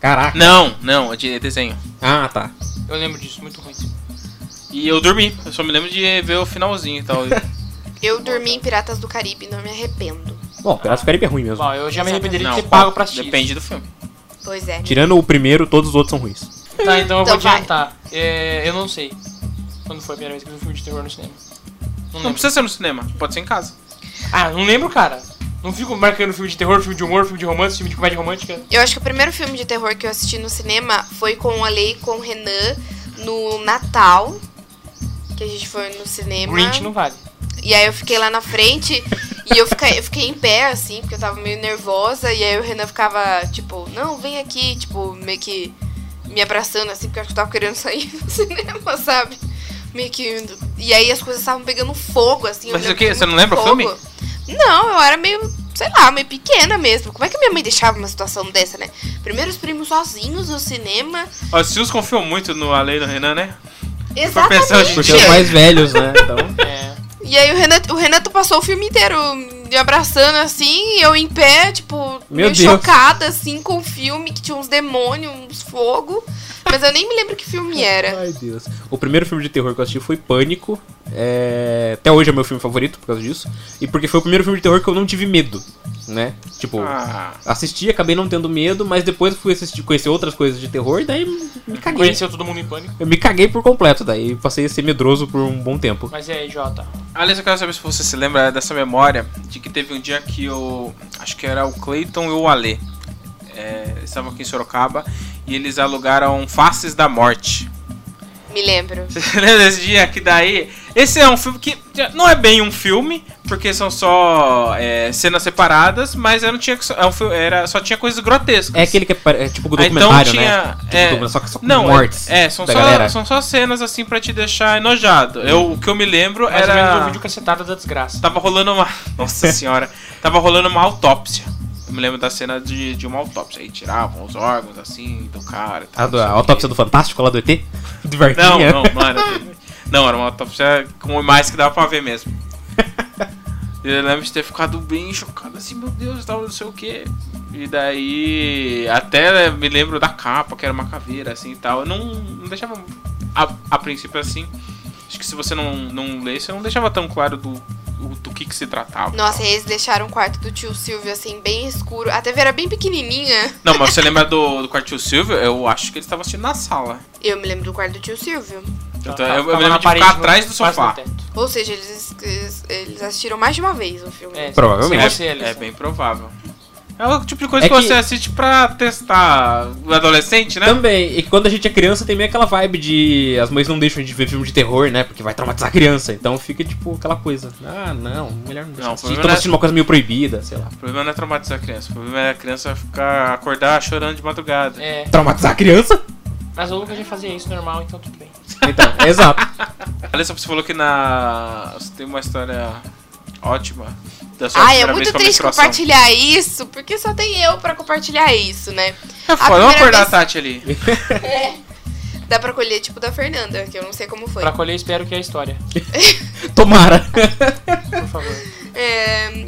S3: Caraca.
S2: Não, não, é de desenho.
S3: Ah, tá.
S4: Eu lembro disso, muito ruim.
S2: E eu dormi. Eu só me lembro de ver o finalzinho e tal.
S1: Eu dormi em Piratas do Caribe, não me arrependo.
S3: Bom, Piratas do Caribe é ruim mesmo.
S4: Bom, eu já me arrependeria de
S2: não,
S4: ter pago pra assistir.
S2: Depende do filme.
S1: Pois é.
S3: Tirando o primeiro, todos os outros são ruins.
S4: Tá, então eu vou
S1: Então vai.
S4: adiantar. É, eu não sei quando foi a primeira vez que eu vi um filme de terror no cinema. Não
S2: Não
S4: lembro.
S2: precisa ser no cinema, pode ser em casa.
S4: Ah, não lembro, cara. Não fico marcando filme de terror, filme de humor, filme de romance, filme de comédia romântica.
S1: Eu acho que o primeiro filme de terror que eu assisti no cinema foi com a Lei e com o Renan no Natal. Que a gente foi no cinema.
S4: Grinch não vale.
S1: E aí eu fiquei lá na frente e eu fiquei, eu fiquei em pé, assim, porque eu tava meio nervosa. E aí o Renan ficava, tipo, não, vem aqui, tipo, meio que me abraçando, assim, porque eu acho que eu tava querendo sair do cinema, sabe? Meio que. E aí as coisas estavam pegando fogo, assim. eu
S2: Mas o
S1: lembro
S2: quê?
S1: de
S2: Você não
S1: muito
S2: lembra o filme?
S1: fogo. Não, eu era meio, sei lá, meio pequena mesmo. Como é que minha mãe deixava uma situação dessa, né? Primeiro os primos sozinhos no cinema.
S2: Ó, os tios confiam muito no Ale e no Renan, né?
S1: Exatamente.
S2: pensar hoje em
S3: Porque são os mais velhos, né? Então.
S4: É.
S1: E aí o Renato, o Renato passou o filme inteiro me abraçando assim, e eu em pé, tipo,
S3: Meu
S1: meio
S3: Deus.
S1: chocada assim com o filme que tinha uns demônios, uns fogo. Mas eu nem me lembro que filme
S2: É.
S1: era.
S3: Ai, Deus. O primeiro filme de terror que eu assisti foi Pânico. É, Até hoje é meu filme favorito por causa disso. E porque foi o primeiro filme de terror que eu não tive medo, né? Tipo,
S2: Ah.
S3: assisti, acabei não tendo medo, mas depois fui assistir, conhecer outras coisas de terror e daí me caguei.
S4: Conheceu todo mundo em pânico.
S3: Eu me caguei por completo, daí passei a ser medroso por um bom tempo.
S4: Mas é e aí, Jota?
S2: Aliás, eu quero saber se você se lembra dessa memória de que teve um dia que o. Acho que era o Clayton e o Alê. é, estavam aqui em Sorocaba e eles alugaram Faces da Morte.
S1: Me lembro.
S2: Você se lembra desse dia que daí. Esse é um filme que já não é bem um filme, porque são só é, cenas separadas, mas eu não tinha que so- é um filme- era, só tinha coisas grotescas.
S3: É aquele que é, pare- é tipo
S2: Ah, então
S3: documentário, né?
S2: tinha-
S3: Tipo
S2: é.
S3: documentário, só que só com
S2: Não, é-
S3: mortes.
S2: é, são
S3: da
S2: só,
S3: galera.
S2: são só cenas assim pra te deixar enojado. Eu, o que eu me lembro
S4: Mais
S2: era.
S4: ou
S3: um
S4: menos o vídeo cacetada da desgraça.
S2: Tava rolando uma. Nossa senhora. Tava rolando uma autópsia. Eu me lembro da cena de, de uma autópsia. Aí tiravam os órgãos assim do cara e tal.
S3: A, Ah, do- a autópsia do Fantástico lá do ET? Do
S2: Não,
S3: Varquinha?
S2: não, mano. Não, era uma autópsia com mais que dava pra ver mesmo. Eu lembro de ter ficado bem chocado assim, meu Deus, tal, não sei o que. E daí. Até me lembro da capa, que era uma caveira assim e tal. Eu não, não deixava. A, a princípio assim. Acho que se você não, não lesse, eu não deixava tão claro do, do que, que se tratava. e
S1: Nossa,
S2: tal.
S1: e eles deixaram o quarto do tio Silvio assim, bem escuro. A TV era bem pequenininha.
S2: Não, mas você lembra do, do quarto Silvio? Eu acho que eles estavam assistindo na sala.
S1: Eu me lembro do quarto do tio Silvio.
S2: Então,
S4: Tava-
S2: eu, eu
S4: Tá, tava
S2: me lembro
S4: na
S2: de
S4: parede,
S2: ficar
S4: no-
S2: atrás do
S4: quase no
S2: sofá.
S4: teto.
S1: Ou seja, eles, eles- eles assistiram mais de uma vez o filme.
S4: É,
S3: Provavelmente.
S4: sem você,
S2: É, é
S4: Alisson.
S2: bem provável. É o tipo de coisa
S3: É
S2: que,
S3: que-
S2: você assiste pra testar o adolescente, né?
S3: Também, e que quando a gente é criança tem meio aquela vibe de. As mães não deixam a gente ver filme de terror, né? Porque vai traumatizar a criança. Então fica tipo aquela coisa. Ah, não, melhor não deixar
S2: Não,
S3: assistir.
S2: foi
S3: Estamos
S2: na-
S3: assistindo uma coisa meio proibida, sei lá.
S2: O problema não é traumatizar a criança. O problema é a criança ficar acordar chorando de madrugada.
S4: É,
S3: Traumatizar a criança?
S4: mas o Lucas já fazia isso normal, então tudo bem.
S3: Então, é exato.
S2: Alessa, você falou que na. Você tem uma história ótima da sua
S1: Ah, é
S2: primeira vez
S1: muito
S2: com a
S1: triste
S2: menstruação.
S1: compartilhar isso, porque só tem eu pra compartilhar isso, né?
S2: É
S1: A
S2: foda, vamos
S1: primeira
S2: acordar a
S1: vez-
S2: Tati ali.
S1: Dá pra colher tipo da Fernanda, que eu não sei como foi.
S4: Pra colher, espero que é a história,
S3: Tomara.
S4: por favor.
S1: É,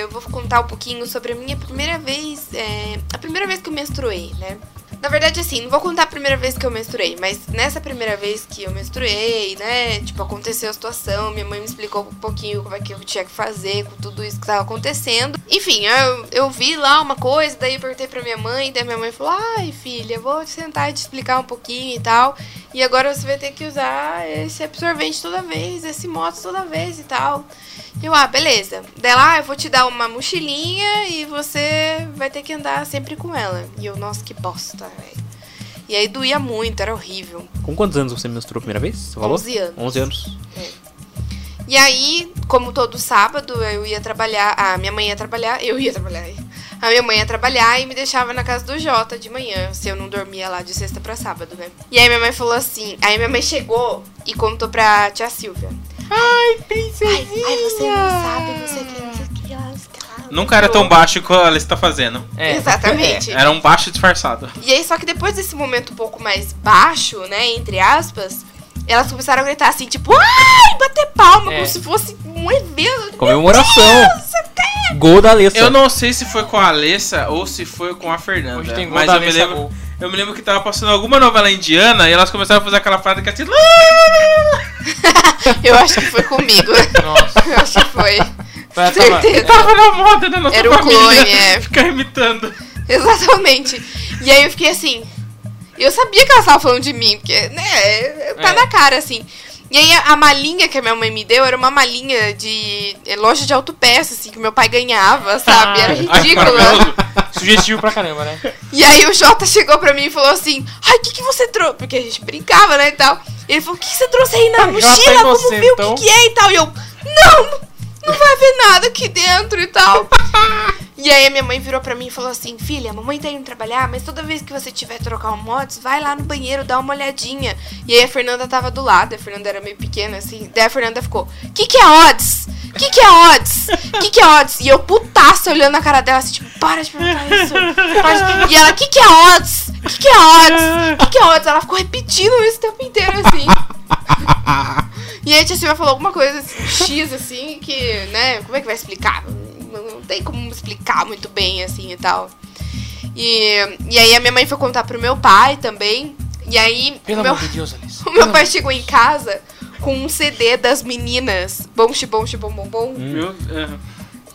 S1: eu vou contar um pouquinho sobre a minha primeira vez. é, a primeira vez que eu menstruei, né? Na verdade, assim, não vou contar a primeira vez que eu menstruei, mas nessa primeira vez que eu menstruei, né? Tipo, aconteceu a situação, minha mãe me explicou um pouquinho como é que eu tinha que fazer com tudo isso que tava acontecendo. Enfim, eu, eu vi lá uma coisa, daí eu perguntei pra minha mãe, daí minha mãe falou: ai, filha, eu vou tentar te explicar um pouquinho e tal. E agora você vai ter que usar esse absorvente toda vez, esse moto toda vez e tal. Eu, ah, beleza. Daí lá, eu vou te dar uma mochilinha e você vai ter que andar sempre com ela. E eu, nossa, que bosta, velho. E aí doía muito, era horrível.
S3: Com quantos anos você menstruou a primeira vez? Você falou?
S1: 11 anos.
S3: 11 anos.
S1: E aí, como todo sábado, eu ia trabalhar. A minha mãe ia trabalhar, eu ia trabalhar. A minha mãe ia trabalhar e me deixava na casa do Jota de manhã, se eu não dormia lá de sexta pra sábado, né? E aí minha mãe falou assim. Aí minha mãe chegou e contou pra tia Silvia. Ai, ai, você não sabe, não sei o que, não sei o que, lá, não sei o que. lá.
S2: Nunca era tão baixo que a Alice tá fazendo.
S4: É,
S1: Exatamente.
S2: Era um baixo disfarçado.
S1: E aí, só que depois desse momento um pouco mais baixo, né, entre aspas, elas começaram a gritar assim, tipo, ai, bater palma,
S4: É.
S1: como se fosse um evento.
S3: Comemoração. Gol da Alessa.
S2: Eu não sei se foi com a Alessa ou se foi com a Fernanda.
S4: Hoje tem gol
S2: mas
S4: da
S2: eu me,
S4: Alessa,
S2: lembro,
S4: gol.
S2: eu me lembro que tava passando alguma novela indiana e elas começaram a fazer aquela frase que assim.
S1: Eu acho que foi comigo.
S4: Nossa.
S1: Eu acho que foi.
S4: Foi a Tamara.
S1: Certeza.
S2: Tava na tá moda da nossa
S1: Era o
S2: família.
S1: clone, é.
S2: Ficar imitando.
S1: Exatamente. E aí eu fiquei assim. Eu sabia que ela estava falando de mim, porque, né, tá
S4: É.
S1: na cara, assim. E aí a a malinha que a minha mãe me deu era uma malinha de eh, loja de autopeça, assim, que meu pai ganhava, sabe? Era
S2: Ah, é. Ai, que
S1: ridícula.
S2: maravilhoso.
S4: é, Sugestivo pra caramba, né?
S1: E aí o Jota chegou pra mim e falou assim: Ai, o que, que você trouxe? Porque a gente brincava, né? E tal. Ele falou: O que, que você trouxe aí
S2: Ah,
S1: na
S4: Jota
S1: mochila? Vamos ver o
S2: então?"
S4: inocentão.
S1: que, que é e tal. E eu: Não, não vai ver nada aqui dentro e tal. E aí a minha mãe virou pra mim e falou assim: Filha, a mamãe tá indo trabalhar, mas toda vez que você tiver trocar um motos, vai lá no banheiro, dá uma olhadinha. E aí a Fernanda tava do lado, a Fernanda era meio pequena, assim. Daí a Fernanda ficou: Que que é odds? Que que é odds? Que que é odds? E eu putaça olhando na cara dela, assim, tipo, para de perguntar isso. Para de-" E ela: Que que é odds? Que que é odds? Que que é odds? Ela ficou repetindo isso o tempo inteiro, assim. E aí a tia Silvia falou alguma coisa assim, X, assim, que, né, como é que vai explicar? Não, não tem como explicar muito bem, assim, e tal. E, e aí a minha mãe foi contar pro meu pai também. E aí,
S4: Pelo
S1: meu,
S4: amor de Deus, Alice.
S1: o meu pai chegou em casa com um CD das meninas. Bom, bom, bom, bom, bom.
S2: Hum.
S4: Viu?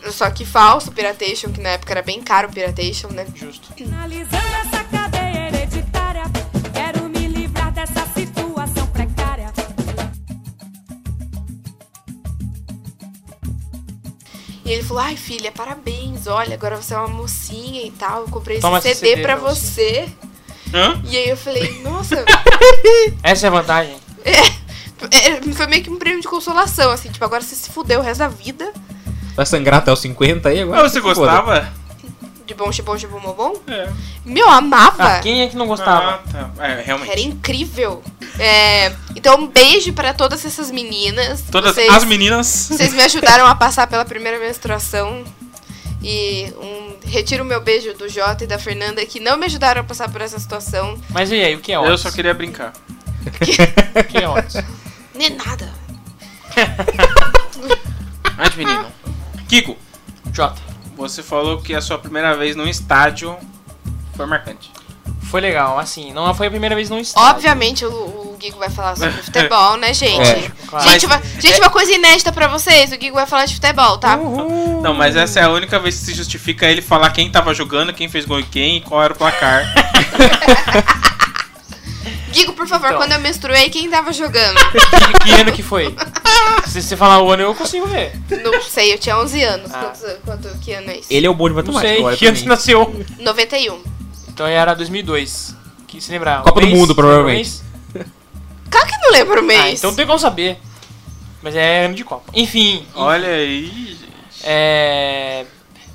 S4: É,
S1: Só que falso, Piratation, que na época era bem caro o Piratation, né?
S4: justo.
S7: Finalizando essa cadeia hereditária, quero me livrar dessa situação precária.
S1: E ele falou, ai filha, parabéns, olha, agora você é uma mocinha e tal, eu comprei
S4: Toma
S1: esse
S4: esse
S1: CD
S4: CD
S1: pra
S4: pra
S1: você.
S4: Hã?
S1: E aí eu falei, nossa,
S4: Essa é a vantagem.
S1: é, foi meio que um prêmio de consolação, assim, tipo, agora você se fudeu o resto da vida.
S3: Vai sangrar até os 50 aí agora?
S2: Ah, você gostava?
S1: De bom, de bom, de bom, bom, bom.
S2: É.
S1: Meu, amava.
S4: Ah, quem é que não gostava?
S2: Ah, tá. É, realmente.
S1: Era incrível. É, então, um beijo pra todas essas meninas.
S2: Todas
S1: Vocês-
S2: as meninas.
S1: Vocês me ajudaram a passar pela primeira menstruação. E um, retiro o meu beijo do Jota e da Fernanda, que não me ajudaram a passar por essa situação.
S4: Mas e aí, o que é
S2: Eu
S4: Otis?
S2: só queria brincar.
S4: O que é Otis?
S1: Nem nada.
S2: Mas, menino. Kiko,
S4: Jota.
S2: você falou que a sua primeira vez num estádio foi marcante.
S4: Foi legal, assim, não foi a primeira vez num estádio.
S1: Obviamente o, o Guigo vai falar sobre futebol, né, gente?
S3: É,
S4: claro.
S1: Gente, uma, gente, uma coisa inédita pra vocês. O Guigo vai falar de futebol, tá?
S2: Não, mas essa é a única vez que se justifica ele falar quem tava jogando, quem fez gol e quem, e qual era o placar.
S1: Guigo, por favor,
S4: Então.
S1: quando eu menstruei, quem tava jogando?
S4: Que, que ano que foi? Se você falar o ano, eu consigo ver.
S1: não sei, eu tinha 11 anos.
S4: Ah.
S1: Quantos- quanto, que ano é isso?
S3: Ele é o bom de
S4: Não
S3: matemática,
S4: sei,
S3: olha
S4: que
S3: pra
S4: ano você
S3: mim.
S4: nasceu.
S1: 91.
S4: Então era 2002. Que se lembrar.
S3: Copa
S4: o
S3: do
S4: mês,
S3: Mundo, provavelmente.
S4: o mês?
S1: Claro que não lembro o
S4: Ah,
S1: mês.
S4: então não tem como saber. Mas é ano de Copa. Enfim,
S2: Olha aí, gente.
S4: É,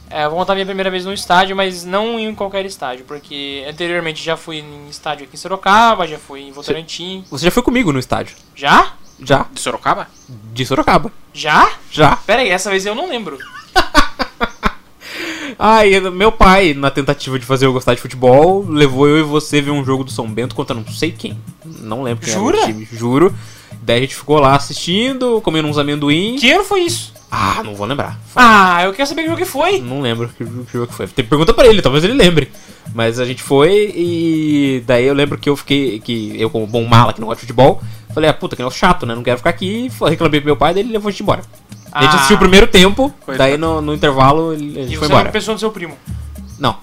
S4: é, eu vou contar minha primeira vez no estádio, mas não em qualquer estádio, porque anteriormente já fui em estádio aqui em Sorocaba, já fui em Votorantim.
S3: Você já foi comigo no estádio?
S4: Já?
S3: Já.
S2: De Sorocaba?
S3: De Sorocaba.
S4: Já?
S3: Já.
S4: Pera aí, essa vez eu não lembro.
S3: Ah, e meu pai, na tentativa de fazer eu gostar de futebol, levou eu e você ver um jogo do São Bento contra não sei quem. Não lembro quem
S4: Jura?
S3: era o time. Juro. Daí a gente ficou lá assistindo, comendo uns amendoim.
S4: Que ano foi isso?
S3: Ah, não vou lembrar.
S4: Ah, eu quero saber que jogo que foi.
S3: Não lembro que que jogo que foi. Tem que perguntar pra ele, talvez ele lembre. Mas a gente foi e daí eu lembro que eu fiquei. que Eu, como bom mala que não gosta de futebol, falei, ah, puta, que negócio chato, né? Não quero ficar aqui. Falei- Reclamei pro meu pai, daí ele levou a gente embora. A gente
S4: Ah.
S3: assistiu o primeiro tempo,
S2: Coitado.
S3: daí no, no intervalo ele-
S4: E
S3: a gente foi
S4: você é
S3: embora.
S4: não pensou no seu primo.
S3: Não.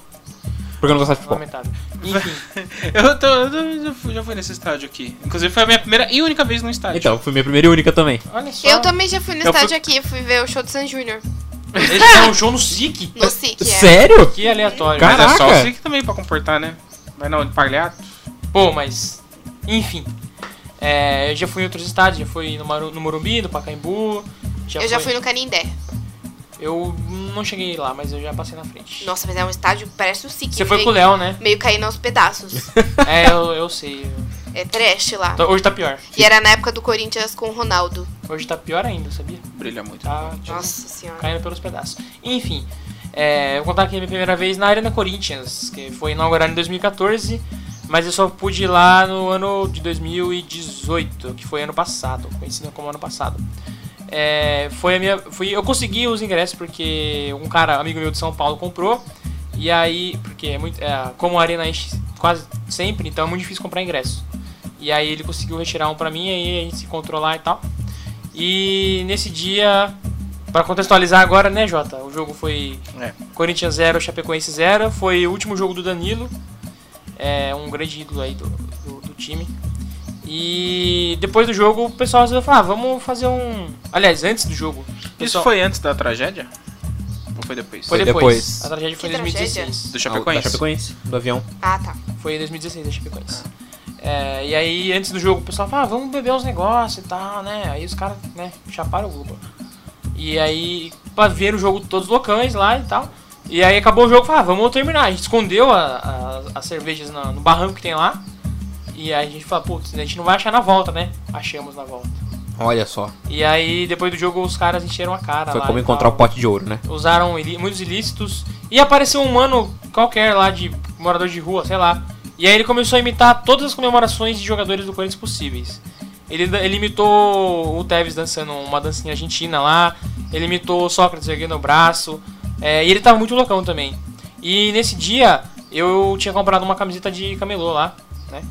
S3: Porque eu não gostava de futebol.
S4: Lamentável. Enfim,
S2: Eu, tô- eu tô- eu já fui- já fui nesse estádio aqui. Inclusive foi a minha primeira e única vez num estádio.
S3: Então, foi minha primeira e única também.
S4: olha só.
S1: Eu também já fui no
S2: Eu fui-
S1: estádio aqui, fui ver o show do San Júnior.
S4: Eles fizeram um show no SIC.
S1: No SIC, é.
S3: Sério?
S4: Que aleatório.
S2: Mas é só o
S3: Caraca!
S2: SIC também pra comportar, né? Vai não, de palhaço.
S4: Pô, mas. Enfim. É, eu já fui em outros estádios, já fui no, Maru, no Morumbi, no Pacaembu.
S1: Eu já fui no Canindé.
S4: Eu não cheguei lá, mas eu já passei na frente.
S1: Nossa, mas é um estádio, parece o SIC.
S4: Você foi
S1: meio-
S4: com o Léo, né?
S1: Meio caindo aos pedaços.
S4: É, eu, eu sei. Eu-
S1: É trash lá.
S4: Tá- Hoje tá pior.
S1: E era na época do Corinthians com o Ronaldo.
S4: Hoje tá pior ainda, sabia?
S2: Brilha muito.
S4: Tá tipo,
S1: Nossa senhora.
S4: caindo pelos pedaços. Enfim, é, eu vou contar aqui a minha primeira vez na Arena Corinthians, que foi inaugurada em 2014, mas eu só pude ir lá no ano de 2018, que foi ano passado, conhecido como ano passado. É, foi a minha, fui, eu consegui os ingressos porque um cara, amigo meu de São Paulo, comprou. E aí, porque é muito, é, como a arena enche quase sempre, então é muito difícil comprar ingresso. E aí ele conseguiu retirar um pra mim, aí a gente se encontrou lá e tal. E nesse dia, pra contextualizar agora, né, Jota? O jogo foi
S2: É.
S4: Corinthians 0, Chapecoense 0. Foi o último jogo do Danilo, é, um grande ídolo aí do, do- do time. E depois do jogo, o pessoal resolveu falar: ah, vamos fazer um. Aliás, antes do jogo. o
S2: Isso
S4: pessoal-
S2: foi antes da tragédia? Ou foi depois?
S4: foi
S3: Foi
S4: depois.
S3: depois.
S4: A tragédia foi em
S1: Que tragédia?
S4: 2016.
S2: Do
S3: Ah, da
S2: Chapecoense.
S3: Chapecoense, do avião.
S1: Ah, tá.
S4: Foi em 2016 da Chapecoense. É, e aí, antes do jogo, o pessoal falava, ah, vamos beber uns negócios e tal, né? Aí os caras, né, chaparam o Globo. E aí, pra ver o jogo todos loucões lá e tal. E aí acabou o jogo, falava, ah, vamos terminar. A gente escondeu a- a- as cervejas na- no barranco que tem lá. E aí a gente falou, putz, a gente não vai achar na volta, né? Achamos na volta.
S3: Olha só.
S4: E aí, depois do jogo, os caras encheram a cara Tá
S3: Foi
S4: lá então.
S3: como
S4: e
S3: encontrar
S4: tal
S3: o pote de ouro, né?
S4: usaram ili- muitos ilícitos. E apareceu um mano qualquer lá de morador de rua, sei lá. E aí ele começou a imitar todas as comemorações de jogadores do Corinthians possíveis. Ele, da- ele imitou o Tevez dançando uma dancinha argentina lá. Ele imitou o Sócrates erguendo o braço. É, e ele tava muito loucão também. E nesse dia eu tinha comprado uma camiseta de camelô lá, né?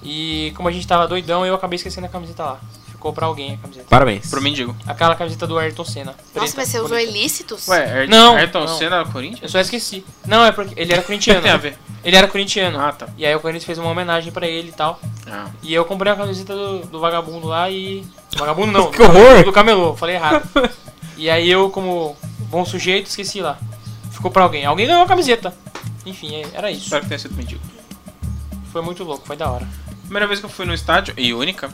S4: E como a gente tava doidão, eu acabei esquecendo a camiseta lá. Ficou pra alguém a camiseta.
S3: Parabéns.
S2: Pro mendigo.
S4: Aquela camiseta do Ayrton Senna.
S1: Nossa,
S4: preta,
S1: mas você usou
S4: bonita.
S1: ilícitos?
S2: Ué, Ayrton,
S4: Não,
S2: Ayrton
S4: não.
S2: Senna era
S4: Eu
S2: Corinthians?
S4: só esqueci. Não, é porque ele era corintiano.
S2: tem a ver?
S4: Ele era corintiano.
S2: Ah, tá.
S4: E aí o Corinthians fez uma homenagem pra ele e tal.
S2: Ah.
S4: E eu comprei a camiseta do, do vagabundo lá e. do Vagabundo não.
S3: Que horror!
S4: Do camelô, falei errado. E aí eu, como bom sujeito, esqueci lá. Ficou pra alguém. Alguém ganhou a camiseta. Enfim, é- era isso.
S2: Espero que tenha sido mendigo.
S4: Foi muito louco, foi da hora.
S2: Primeira vez que eu fui no estádio, e única,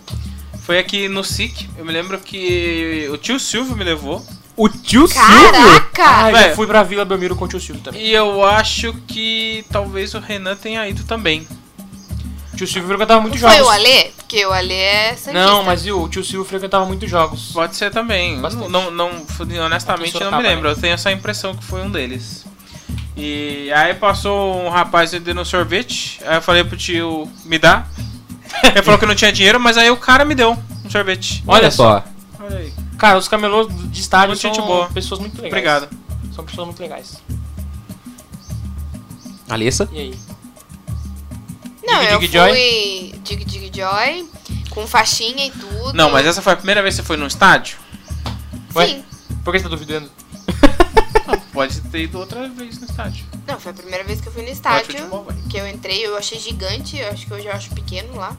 S2: foi aqui no SIC. Eu me lembro que o tio Silvio me levou.
S3: O tio Silvio?
S1: Caraca!
S4: Ah, eu
S2: velho.
S4: já fui pra Vila Belmiro com o tio Silvio também.
S2: E eu acho que talvez o Renan tenha ido também.
S4: O tio Silvio frequentava
S1: Não
S4: muitos
S1: foi o
S4: jogos.
S1: Alê? Porque o Alê é santista.
S4: Não, mas o tio Silvio frequentava muitos jogos.
S2: Pode ser também.
S4: Bastante.
S2: Não, não, honestamente,
S4: Aqui em
S2: não me
S4: Sorocaba,
S2: lembro. Eu tenho essa impressão que foi um deles. E aí passou um rapaz e deu um sorvete. Aí eu falei pro tio, me dá. Ele falou que não tinha dinheiro, mas aí o cara me deu um sorvete.
S4: Olha só.
S2: Olha aí.
S4: Cara, os camelôs de estádio
S2: Muito
S4: são
S2: gente boa.
S4: pessoas muito legais.
S2: Obrigado.
S4: São pessoas muito legais.
S3: Alessa?
S4: E aí?
S1: Não,
S4: Dig
S1: eu
S4: Dig
S1: fui Dig Dig Joy, com faixinha e tudo.
S2: Não, mas é essa foi a primeira vez que você foi num estádio?
S4: Ué?
S1: Sim.
S4: Por que você tá duvidando?
S2: Pode ter ido outra vez no estádio.
S1: Não, foi a primeira vez que eu fui no
S2: Bate o
S1: estádio,
S2: futebol, vai.
S1: que eu entrei, eu achei gigante, eu acho que hoje eu acho pequeno lá.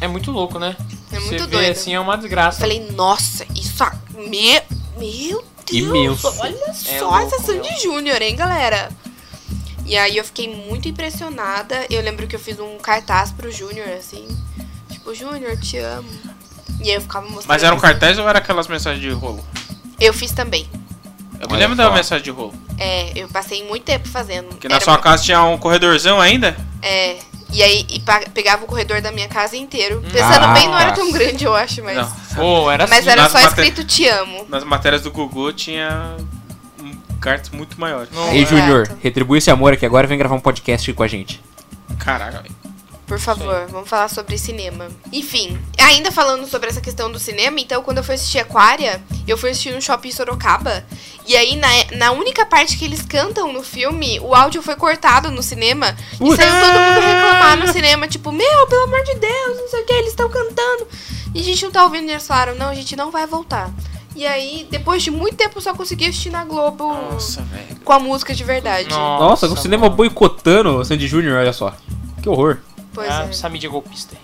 S4: É muito louco, né?
S1: É muito
S4: você Vê,
S1: doido.
S4: assim é uma desgraça.
S1: Falei, nossa, isso a... Me... Meu Deus!
S3: Imenso.
S1: Olha
S4: É
S1: só
S4: louco,
S1: essa Sandy
S4: meu.
S1: Júnior, hein, galera? E aí eu fiquei muito impressionada. Eu lembro que eu fiz um cartaz pro Júnior, assim. Tipo, Júnior, te amo. E aí eu ficava mostrando.
S2: Mas eram cartéis ou era um aquelas mensagens de rolo?
S1: Eu fiz também.
S2: Eu me
S3: Olha
S2: lembro
S3: só.
S2: da mensagem de rolo.
S1: É, eu passei muito tempo fazendo.
S2: Que na
S1: Era
S2: sua
S1: uma-
S2: casa tinha um corredorzão ainda?
S1: É. E aí e pa- pegava o corredor da minha casa inteiro. Pensando
S3: Caraca.
S1: bem, não era tão grande, eu acho, mas.
S2: Ah, tá. Não.
S4: Pô, era
S1: Mas
S4: assim.
S1: era
S2: nas
S1: só
S2: mate-
S1: escrito te amo.
S2: Nas matérias do Google tinha um cartas muito maiores.
S3: Ei,
S1: Exato.
S3: Junior, retribui esse amor aqui agora e vem gravar um podcast com a gente.
S2: Caraca, velho.
S1: Por favor, vamos falar sobre cinema. Enfim, ainda falando sobre essa questão do cinema, então quando eu fui assistir Aquária, eu fui assistir no shopping em Sorocaba. E aí, na, na única parte que eles cantam no filme, o áudio foi cortado no cinema. E
S3: Ui.
S1: saiu todo mundo reclamar no cinema, tipo, meu, pelo amor de Deus, não sei o que, eles estão cantando. E a gente não tá ouvindo, e eles falaram, não, a gente não vai voltar. E aí, depois de muito tempo, eu só consegui assistir na Globo
S2: Nossa, velho.
S1: com a música de verdade.
S3: Nossa, com o cinema
S4: mano.
S3: boicotando o Sandy Júnior, olha só. Que horror.
S1: Pois
S4: Ah,
S1: é.
S4: Essa mídia golpista.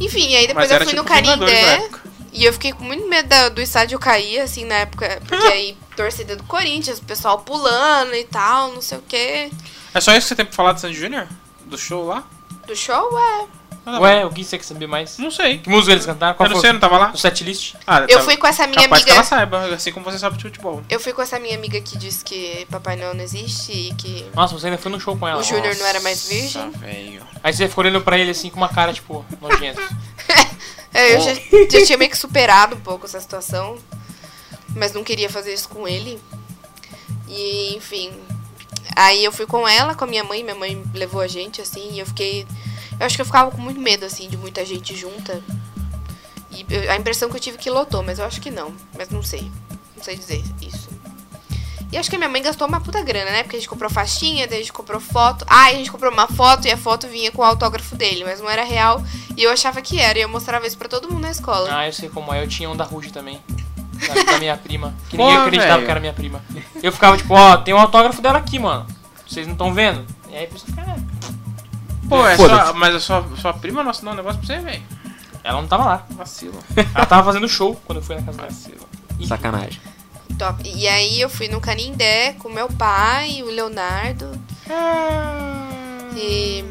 S1: Enfim, aí depois
S2: Mas
S1: eu
S2: era
S1: fui no é.
S2: tipo Vingadores
S1: Carindé.
S2: na época.
S1: E eu fiquei com muito medo da- do estádio cair, assim, na época. Porque aí, torcida do Corinthians, o pessoal pulando e tal, não sei o quê.
S2: É só isso que você tem pra falar do Sandy Júnior? Do show lá?
S1: Do show, é.
S2: Nada
S4: Ué, o que você quer saber mais?
S2: Não sei.
S4: Que música eles cantaram? Qual
S2: eu não
S4: foi
S2: sei, eu não tava lá.
S4: o setlist?
S2: Ah,
S1: Eu
S2: tá-
S1: fui com essa minha
S2: capaz que ela
S1: amiga.
S2: saiba, assim como você sabe de futebol.
S1: Eu fui com essa minha amiga que disse que Papai Noel não existe e que.
S4: Nossa, você ainda foi no show com ela.
S1: O Júnior não era mais virgem?
S2: Nossa, velho.
S4: Aí você ficou olhando pra ele assim com uma cara, tipo, nojento.
S1: É, eu já, já tinha meio que superado um pouco essa situação. Mas não queria fazer isso com ele. E, enfim. Aí eu fui com ela, com a minha mãe. Minha mãe levou a gente, assim. E eu fiquei. Eu acho que eu ficava com muito medo, assim, de muita gente junta. E eu- a impressão que eu tive é que lotou, mas eu acho que não. Mas não sei. Não sei dizer isso. E acho que a minha mãe gastou uma puta grana, né? Porque a gente comprou faixinha, daí a gente comprou foto. Ah, e a gente comprou uma foto e a foto vinha com o autógrafo dele, mas não era real. E eu achava que era, e eu mostrava isso pra todo mundo na escola.
S4: ah, eu sei como é. Eu tinha um da Ruge também. Da, da minha prima. Que
S2: Pô,
S4: ninguém acreditava
S2: velho.
S4: que era minha prima. Eu ficava tipo, ó, tem um autógrafo dela aqui, mano. Vocês não estão vendo? E aí a pessoa fica, é.
S2: Pô, é
S3: Foda-se.
S2: só, mas a sua, sua prima nossa, não, um negócio pra você, velho.
S4: Ela não tava lá.
S2: Vacilo.
S4: Ela tava fazendo show quando eu fui na casa dela.
S2: Vacilo.
S4: Enfim.
S3: Sacanagem.
S1: Top. E aí eu fui no Canindé com meu pai, o Leonardo. E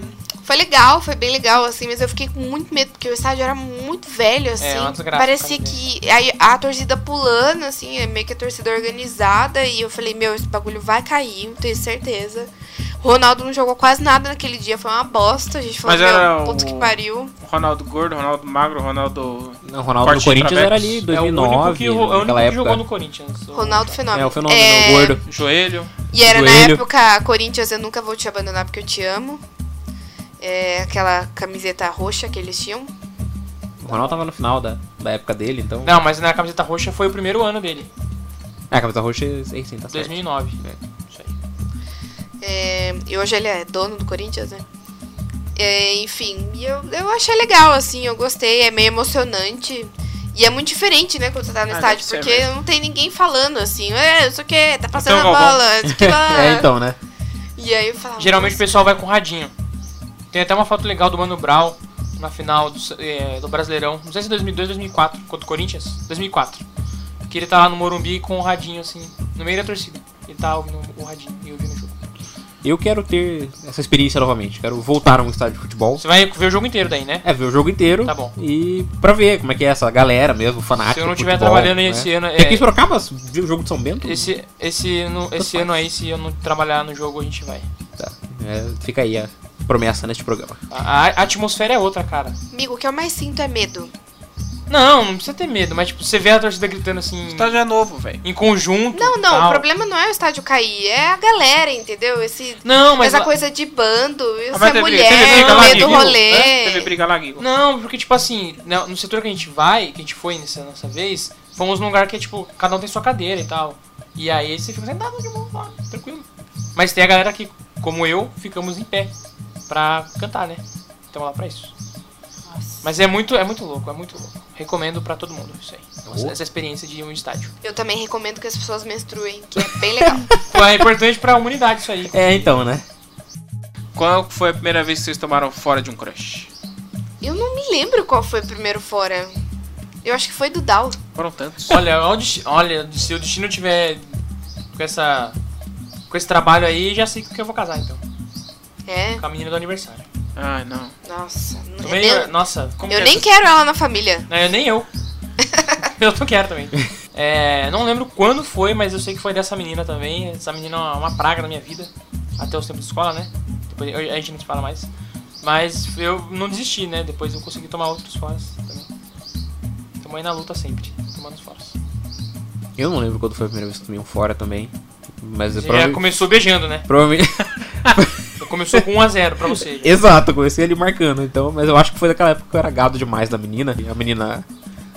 S1: foi legal, foi bem legal, assim, mas eu fiquei com muito medo, porque o estádio era muito velho, assim.
S4: uma desgraça,
S1: parecia
S4: cara,
S1: que aí a torcida pulando, assim, é meio que a torcida organizada. E eu falei, meu, esse bagulho vai cair, eu tenho certeza. Ronaldo não jogou quase nada naquele dia, foi uma bosta. A gente falou,
S2: Mas era
S1: meu, puta
S2: o-
S1: que pariu.
S2: Ronaldo gordo, Ronaldo magro, Ronaldo.
S3: Não, o Ronaldo
S2: Corte
S3: do Corinthians
S2: de
S3: era
S2: Travex.
S3: ali,
S4: É o único
S3: 2009,
S4: que, ro- é o único
S3: naquela
S4: que
S3: época.
S4: jogou no Corinthians. o-
S1: Ronaldo Fenômeno.
S3: É, o fenômeno, o gordo.
S2: Joelho.
S1: E era na
S3: Joelho.
S1: época, Corinthians, eu nunca vou te abandonar porque eu te amo. É aquela camiseta roxa que eles tinham.
S3: O Ronaldo tava no final da, da época dele, então...
S4: Não, mas na camiseta roxa foi o primeiro ano dele,
S3: É, a camisa roxa, é sim, tá certo.
S4: 2009.
S1: É, e hoje ele é dono do Corinthians, né? É, enfim, e eu, eu achei legal, assim, eu gostei, é meio emocionante. E é muito diferente, né, quando você tá no
S2: Ah,
S1: estádio,
S2: deve ser
S1: porque
S2: mesmo.
S1: não tem ninguém falando assim, é, não sei o que, tá passando
S4: Então,
S1: a
S4: Galvão.
S1: bola, não sei o que lá.
S3: É, então, né?
S1: E aí eu falava.
S4: Geralmente o pessoal vai com radinho. Tem até uma foto legal do Mano Brown na final do, eh, do Brasileirão. Não sei se é 2002, 2004, contra o Corinthians. 2004. Que ele tá lá no Morumbi com o radinho, assim, no meio da torcida. Ele tá ouvindo o radinho e ouvindo o jogo.
S3: Eu quero ter essa experiência novamente. Quero voltar a um estádio de futebol.
S4: Você vai ver o jogo inteiro daí, né?
S3: É, ver o jogo inteiro.
S4: Tá bom.
S3: E pra ver como é que é essa galera mesmo, fanática.
S4: Se eu não
S3: do
S4: estiver
S3: futebol,
S4: trabalhando
S3: né?
S4: esse ano,
S3: Tem
S4: é-
S3: que trocar, mas ver o jogo de São Bento?
S4: Esse, esse, ano- esse ano aí, se eu não trabalhar no jogo, a gente vai.
S3: Tá. É, fica aí a promessa neste programa.
S4: A, a atmosfera é outra, cara.
S1: Amigo, o que eu mais sinto é medo.
S4: Não, não precisa ter medo, mas tipo, você vê a torcida gritando assim,
S2: Estádio é novo, velho.
S4: em conjunto.
S1: Não, não,
S4: tal.
S1: o problema não é o estádio cair, é a galera, entendeu? Esse,
S4: Não, mas
S1: essa
S4: lá-
S1: coisa de bando,
S2: mas
S1: essa
S2: teve- teve
S1: mulher,
S2: briga
S1: o
S2: lá,
S1: medo do
S2: Guigo,
S1: rolê.
S2: né? Teve briga lá, Guigo.
S4: Não, porque, tipo assim, na- no setor que a gente vai, que a gente foi nessa, nessa vez, fomos num lugar que é tipo, cada um tem sua cadeira e tal. E aí você fica sentado de boa, lá, tranquilo. Mas tem a galera que, como eu, ficamos em pé pra cantar, né? Então lá pra isso. Mas é muito, é muito louco, é muito louco. Recomendo pra todo mundo isso aí. Essa, essa experiência de ir um estádio.
S1: Eu também recomendo que as pessoas menstruem, que é bem legal.
S4: É importante pra humanidade isso aí.
S3: É, então, né?
S2: Qual foi a primeira vez que vocês tomaram fora de um crush?
S1: eu não me lembro qual foi o primeiro fora. Eu acho que foi do Dal.
S2: Foram tantos.
S4: Olha, onde- olha, se o destino tiver com essa. com esse trabalho aí, já sei com que eu vou casar então.
S1: É,
S4: Com a menina do aniversário.
S2: Ah, não.
S1: nossa. não-
S4: Também,
S1: eu,
S4: nossa, como
S1: eu
S4: que é
S1: nem
S4: essa-
S1: quero ela na família.
S4: Não, eu nem eu. eu não quero também. É, não lembro quando foi, mas eu sei que foi dessa menina também. Essa menina é uma, uma praga na minha vida. Até os tempos de escola, né? Depois, a gente não se fala mais. Mas eu não desisti, né? Depois eu consegui tomar outros foras também. Tamo aí na luta sempre, tomando os foras.
S3: Eu não lembro quando foi a primeira vez que tomei um fora também. Mas eu
S4: Você já
S3: prova...
S4: começou beijando, né?
S3: provavelmente.
S4: Começou com 1x0 pra você. já.
S3: Exato, eu comecei ali marcando, então, mas eu acho que foi daquela época que eu era gado demais da menina. E a menina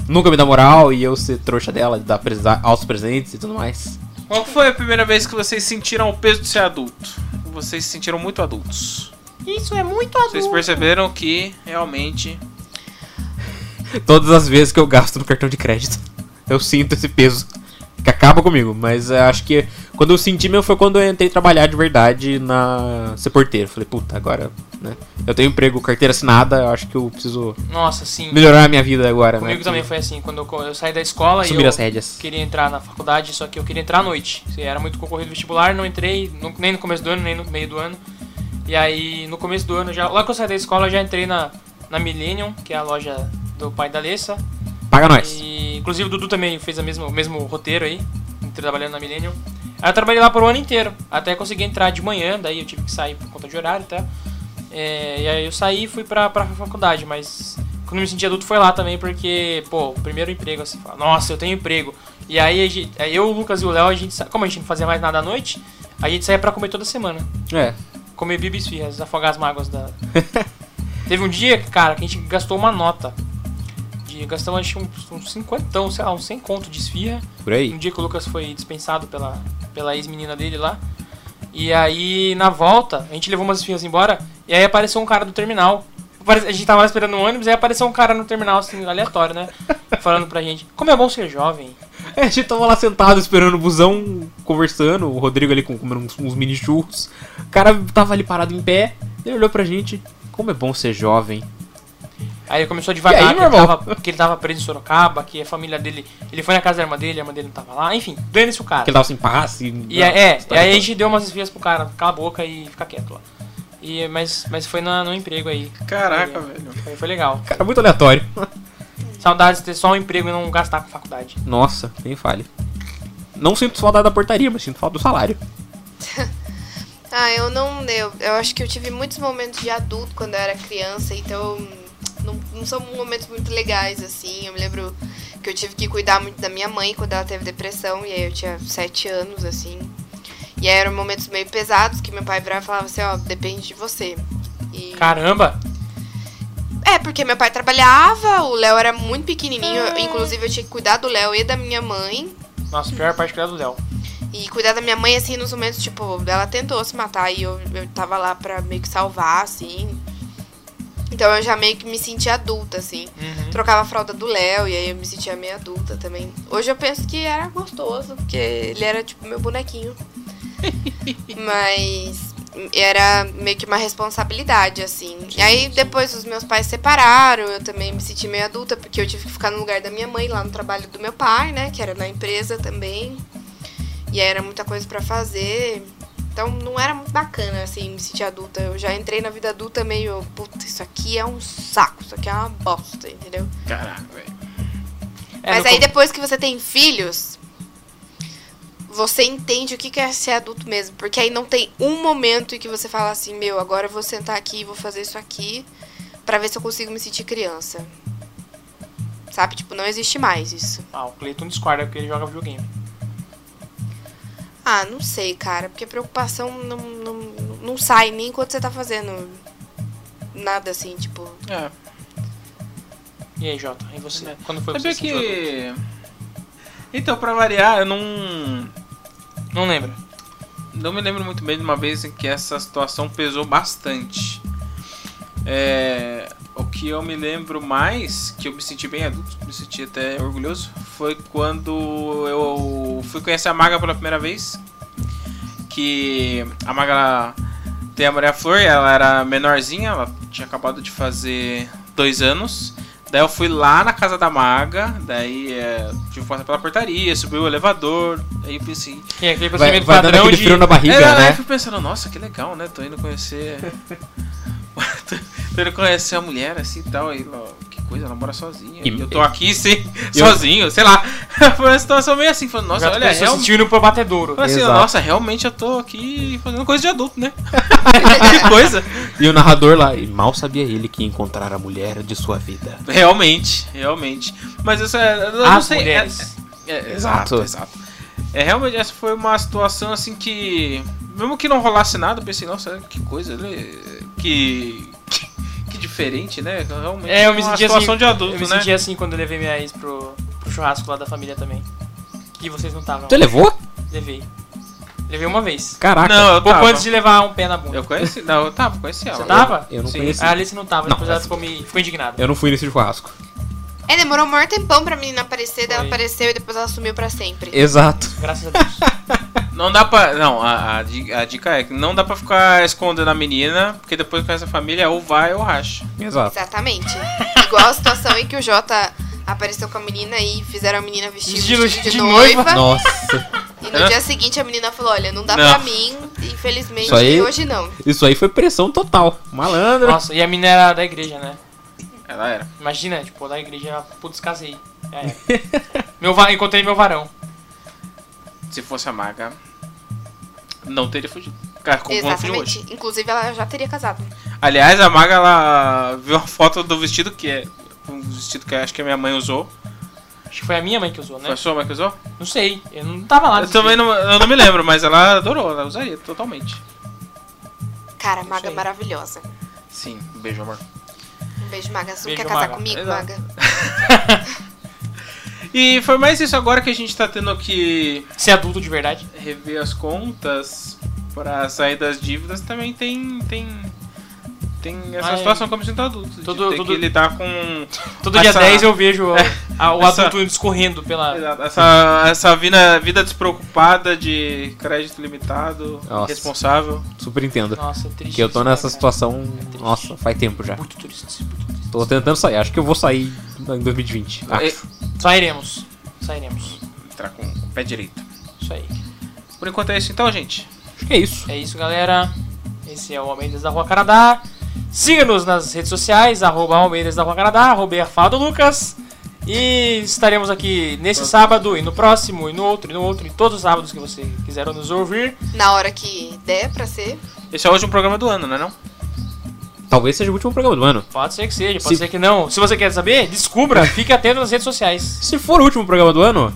S3: nunca me dá moral e eu ser trouxa dela, de dar presa- altos presentes e tudo mais.
S2: Qual foi a primeira vez que vocês sentiram o peso de ser adulto? Vocês se sentiram muito adultos.
S4: Isso é muito adulto.
S2: Vocês perceberam que realmente
S3: Todas as vezes que eu gasto no cartão de crédito, eu sinto esse peso que acaba comigo, mas eu acho que quando eu senti mesmo foi quando eu entrei trabalhar de verdade na ser porteiro. Falei, puta, agora, né? Eu tenho emprego, carteira assinada, eu acho que eu preciso
S4: Nossa, sim.
S3: melhorar a minha vida agora, né?
S4: Comigo
S3: Que-
S4: também foi assim, quando eu, co- eu saí da escola e
S3: Assumir
S4: eu
S3: as rédeas.
S4: queria entrar na faculdade, só que eu queria entrar à noite. Se Era muito concorrido vestibular, não entrei nu- nem no começo do ano, nem no meio do ano. E aí, no começo do ano, já, logo que eu saí da escola, eu já entrei na, na Millennium, que é a loja do pai da Alessa.
S3: Paga nós.
S4: E, inclusive o Dudu também fez a mesma, o mesmo roteiro aí, trabalhando na Millennium. Aí eu trabalhei lá por um ano inteiro, até consegui entrar de manhã, daí eu tive que sair por conta de horário, tá? É, e aí eu saí e fui pra, pra faculdade, mas quando me senti adulto foi lá também, porque, pô, o primeiro emprego, assim, fala, nossa, eu tenho emprego. E aí, a gente- aí eu, o Lucas e o Léo, a gente, sa- como a gente não fazia mais nada à noite, a gente saía pra comer toda semana.
S3: É.
S4: Comer bibis firras, afogar as mágoas da. Teve um dia, cara, que a gente gastou uma nota. De, gastamos acho uns, uns 50, sei lá, uns 100 conto de esfirra.
S3: Por
S4: Um
S3: aí.
S4: dia que o Lucas foi dispensado pela, pela ex-menina dele lá. E aí, na volta, a gente levou umas esfirras embora. E aí apareceu um cara do terminal. Apare- A gente tava lá esperando um ônibus, aí apareceu um cara no terminal, assim, aleatório, né? Falando pra gente: Como é bom ser jovem.
S3: É, a gente tava lá sentado esperando o busão, conversando, o Rodrigo ali com- comendo uns, uns mini churros. O cara tava ali parado em pé, ele olhou pra gente. Como é bom ser jovem.
S4: Aí ele começou a devagar
S3: E aí,
S4: que,
S3: meu
S4: ele
S3: irmão?
S4: tava, que ele tava preso em Sorocaba, que a família dele. Ele foi na casa da irmã dele, a irmã dele não tava lá, enfim, dane-se o cara.
S3: Que ele tava sem passe.
S4: E aí- é, e aí a gente deu umas esfias pro cara, cala a boca e fica quieto lá. E, mas, mas foi na- no emprego aí.
S2: Caraca,
S4: É,
S2: velho.
S4: Foi, foi legal.
S3: Cara, muito aleatório.
S4: Saudades de ter só um emprego e não gastar com faculdade.
S3: Nossa, nem fale. Não sinto saudade da portaria, mas sinto falta do salário.
S1: Ah, eu não. Eu, eu acho que eu tive muitos momentos de adulto quando eu era criança, então hum, não, não são momentos muito legais, assim. Eu me lembro que eu tive que cuidar muito da minha mãe quando ela teve depressão, e aí eu tinha sete anos, assim. E aí eram momentos meio pesados que meu pai virava e falava assim: ó, depende de você. E-
S4: Caramba!
S1: é, porque meu pai trabalhava, o Léo era muito pequenininho, inclusive eu tinha que cuidar do Léo e da minha mãe.
S4: Nossa, a pior parte que era do Léo.
S1: E cuidar da minha mãe, assim, nos momentos, tipo, ela tentou se matar e eu, eu tava lá pra meio que salvar, assim. Então eu já meio que me sentia adulta, assim.
S2: Uhum.
S1: Trocava a fralda do Léo e aí eu me sentia meio adulta também. Hoje eu penso que era gostoso, porque ele era tipo meu bonequinho. Mas era meio que uma responsabilidade, assim. E aí depois os meus pais separaram, eu também me senti meio adulta, porque eu tive que ficar no lugar da minha mãe, lá no trabalho do meu pai, né? Que era na empresa também. E aí era muita coisa pra fazer. Então não era muito bacana, assim, me sentir adulta. Eu já entrei na vida adulta meio, puta, isso aqui é um saco, isso aqui é uma bosta, entendeu?
S2: Caraca, velho.
S4: É,
S1: Mas
S4: no
S1: aí
S4: com-
S1: depois que você tem filhos, você entende o que que é ser adulto mesmo. Porque aí não tem um momento em que você fala assim, meu, agora eu vou sentar aqui e vou fazer isso aqui pra ver se eu consigo me sentir criança. Sabe? Tipo, não existe mais isso.
S4: Ah, o Cleiton discorda porque ele joga videogame.
S1: Ah, não sei, cara. Porque preocupação não, não, não sai nem enquanto você tá fazendo nada assim, tipo.
S2: É.
S4: E aí, Jota? E você? Quando foi que
S2: Sabia
S4: você se sentiu adulto?
S2: que. Então, pra variar, eu não.
S4: Não lembro.
S2: Não me lembro muito bem de uma vez em que essa situação pesou bastante. É, o que eu me lembro mais, que eu me senti bem adulto, me senti até orgulhoso, foi quando eu fui conhecer a Maga pela primeira vez. Que a Maga ela tem a Maria Flor, ela era menorzinha, ela tinha acabado de fazer dois anos. Daí eu fui lá na casa da Maga, daí é, tive que passar pela portaria, subi o elevador, aí eu pensei,
S4: E aquele
S3: Vai,
S4: procedimento
S3: vai dando
S4: padrão
S3: aquele
S4: de...
S3: frio na barriga,
S2: é, Aí eu
S3: né?
S2: fico pensando, nossa, que legal, né? Tô indo conhecer. Tô indo conhecer a mulher assim e tal. Aí, ó, que coisa, ela mora sozinha.
S3: E-
S2: E eu tô aqui sem,
S3: e-
S2: sozinho, sei lá. Foi uma situação meio assim, falando, nossa,
S4: Nossa,
S2: olha,
S4: olha,
S2: realmente.
S4: sentindo pro batedouro.
S2: Falei assim,
S3: Exato.
S2: nossa, realmente eu tô aqui fazendo coisa de adulto, né? que coisa.
S4: é.
S3: E o narrador lá, e mal sabia ele que ia encontrar a mulher de sua vida.
S2: Realmente, realmente. Mas isso é. Eu não
S4: As
S2: sei. é-
S4: mulheres.
S2: é- é- exato,
S3: Exato.
S2: exato. É, realmente, essa foi uma situação assim que. Mesmo que não rolasse nada, eu pensei, nossa, que coisa, né? Que. Que, que diferente, né? Realmente.
S4: É, eu me
S2: uma
S4: senti assim.
S2: situação de adulto,
S4: eu me
S2: né?
S4: senti assim quando eu levei minha ex pro, pro churrasco lá da família também. Que vocês não estavam.
S3: Tu levou?
S4: Levei. Levei uma vez.
S3: Caraca.
S2: Não, eu
S4: Pouco
S2: tava.
S4: antes de levar um pé na bunda.
S2: Eu conheci. Não, eu tava, conheci ela.
S4: Você tava? Ah.
S3: eu não
S2: Sim.
S3: conheci.
S4: A Alice não tava,
S3: Não,
S4: depois ela
S3: essa-
S4: ficou, me... ficou indignada.
S3: Eu não fui nesse churrasco.
S1: É, demorou um maior tempão pra menina aparecer, daí ela
S4: Foi.
S1: apareceu e depois ela sumiu pra sempre.
S3: Exato.
S4: Graças a Deus.
S2: Não dá pra. Não, a, a di- a dica é que não dá pra ficar escondendo a menina, porque depois com essa família ou vai ou racha.
S3: Exato.
S1: Exatamente. Igual a situação em que o Jota apareceu com a menina e fizeram a menina vestir
S4: De-
S1: o vestido de,
S4: de noiva.
S1: noiva.
S3: Nossa.
S1: E no dia seguinte a menina falou, olha, não dá
S2: Não.
S1: pra mim, infelizmente,
S3: Isso aí-
S1: hoje não.
S3: Isso aí foi pressão total. Malandro.
S4: Nossa, e a mina era da igreja, né?
S2: Ela era.
S4: Imagina, tipo, da igreja, putz, casei. É. meu va... Encontrei meu varão.
S2: Se fosse a maga, não teria fugido. Cara, como não fugiu hoje.
S1: Exatamente. Inclusive ela já teria casado.
S2: Aliás, a Maga ela viu uma foto do vestido que é. Um vestido que eu acho que a minha mãe usou.
S4: Acho que foi a minha mãe que usou, né?
S2: Foi a sua mãe que usou?
S4: Não sei, eu não tava lá.
S2: Eu também não, eu não me lembro, mas ela adorou, ela usaria totalmente.
S1: Cara, maga
S4: aí.
S1: maravilhosa.
S2: Sim, um beijo, amor.
S1: Um beijo, maga. Você não
S4: Beijo,
S1: quer casar
S4: maga.
S1: comigo,
S2: Exato.
S1: maga?
S2: E foi mais isso agora que a gente tá tendo que
S4: Ser adulto de verdade.
S2: rever as contas pra sair das dívidas também tem. tem. Tem essa
S4: Ah, é.
S2: situação como sendo adulto. de
S4: Todo-
S2: ter
S4: todo-
S2: que lidar com.
S4: Todo
S2: Essa-
S4: dia 10 eu vejo a- a- o
S2: Essa-
S4: adulto discorrendo pela.
S2: Exato, Essa, essa vida, vida despreocupada de crédito limitado,
S3: Nossa.
S2: responsável.
S3: Super entendo.
S4: Nossa, é triste.
S3: Que eu
S4: isso,
S3: tô
S4: né,
S3: nessa
S4: cara?
S3: situação. Nossa, faz tempo já.
S4: Muito triste. muito triste.
S3: Tô tentando sair. Acho que eu vou sair em 2020.
S4: É.
S3: Ah,
S4: Sairemos. Sairemos.
S2: Entrar com o pé direito.
S4: Isso aí.
S2: Por enquanto é isso então, gente.
S3: acho que é isso.
S4: É isso, galera. Esse é o Almeidas da Rua Canadá. Siga-nos nas redes sociais, arroba Almeidas da Rua Canadá, arroba Erfado Lucas. E estaremos aqui nesse sábado e no próximo, e no outro, e no outro, e todos os sábados que você quiser nos ouvir.
S1: Na hora que der pra ser.
S2: Esse é o último programa do ano, não é não?
S3: Talvez seja o último programa do ano.
S4: Pode ser que seja, pode
S3: Se-
S4: ser que não. Se você quer saber, descubra, fique atento nas redes sociais.
S3: Se for o último programa do ano,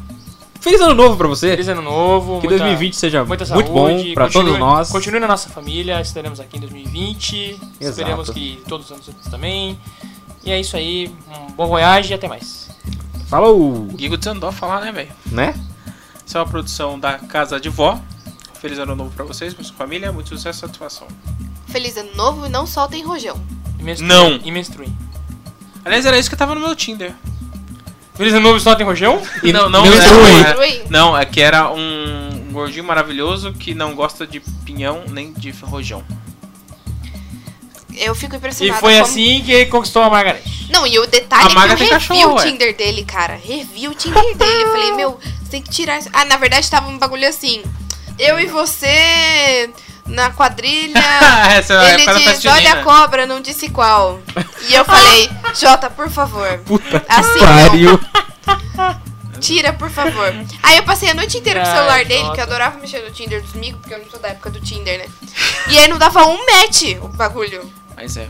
S3: feliz ano novo pra você.
S4: Feliz ano novo.
S3: Que
S4: muita-
S3: 2020 seja
S4: Muita
S3: muito
S4: saúde,
S3: bom pra
S4: continue-
S3: todos nós.
S4: Continue na nossa família, estaremos aqui em 2020.
S3: Exato.
S4: Esperemos que todos os anos também. E é isso aí, um bom voyage e até mais.
S3: Falou,
S2: Gigo desandou a falar, né, velho?
S3: né?
S2: Essa é uma produção da Casa de Vó. Feliz ano novo pra vocês, pra sua família. Muito sucesso e satisfação.
S1: Feliz ano novo e não soltem rojão.
S4: E menstrui.
S2: Não.
S4: E menstrui.
S2: Aliás, era isso que tava no meu Tinder.
S4: Feliz ano novo, só tem rojão?
S3: E
S2: não, não,
S4: né?
S3: menstrui.
S2: não,
S1: Menstrui?
S2: é, não, é que era um gordinho maravilhoso que não gosta de pinhão nem de rojão.
S1: Eu fico
S4: E
S1: impressionada.
S4: foi
S1: como-
S4: assim que ele conquistou a Margareth.
S1: Não, e o detalhe
S2: A
S1: é
S2: Maga
S1: que
S2: tem
S1: eu revi
S2: cachorro,
S1: o
S2: ué.
S1: Tinder dele, cara. Revi o Tinder dele. Eu falei, meu, você tem que tirar isso. Ah, na verdade tava um bagulho assim. Eu e você na quadrilha.
S2: Essa é a
S1: Ah, Ele
S2: época da
S1: diz,
S2: festa
S1: olha
S2: junina.
S1: a cobra, não disse qual. E eu falei, Jota, por favor.
S3: Puta que
S1: Assim,
S3: pariu.
S1: Tira, por favor. Aí eu passei a noite inteira com o
S4: Ah,
S1: celular dele,
S4: Jota.
S1: que eu adorava mexer no Tinder dos amigos, porque eu não sou da época do Tinder, né? E aí não dava um match o bagulho.
S2: Mas é.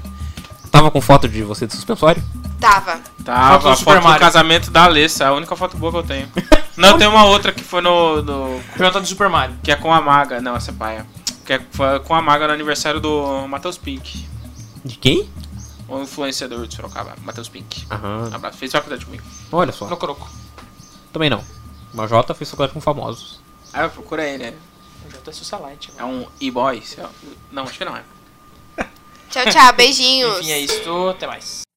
S3: Tava com foto de você de suspensório?
S1: Tava.
S2: Tava
S4: Foto do
S2: a
S4: Super
S2: foto do
S4: Mario.
S2: casamento da Alessa, a única foto boa que eu tenho. Não, tem uma outra que foi no. no-
S4: Pergunta do Super Mario.
S2: que é com a maga. Não, essa é paia. Que é foi com a maga no aniversário do Matheus Pink.
S3: De quem?
S2: O influenciador de Sorocaba, Matheus Pink. Um
S3: Aham.
S2: Abraço. Fez faculdade comigo.
S3: Olha só.
S4: No croco.
S3: Também não. Uma Jota fez faculdade com famosos.
S2: Ah, procura ele, né?
S4: O Jota é socialite.
S2: É um e-boy. sei lá. Não, acho que não é.
S1: Tchau, tchau. Beijinhos.
S4: Enfim, é isso. Até mais.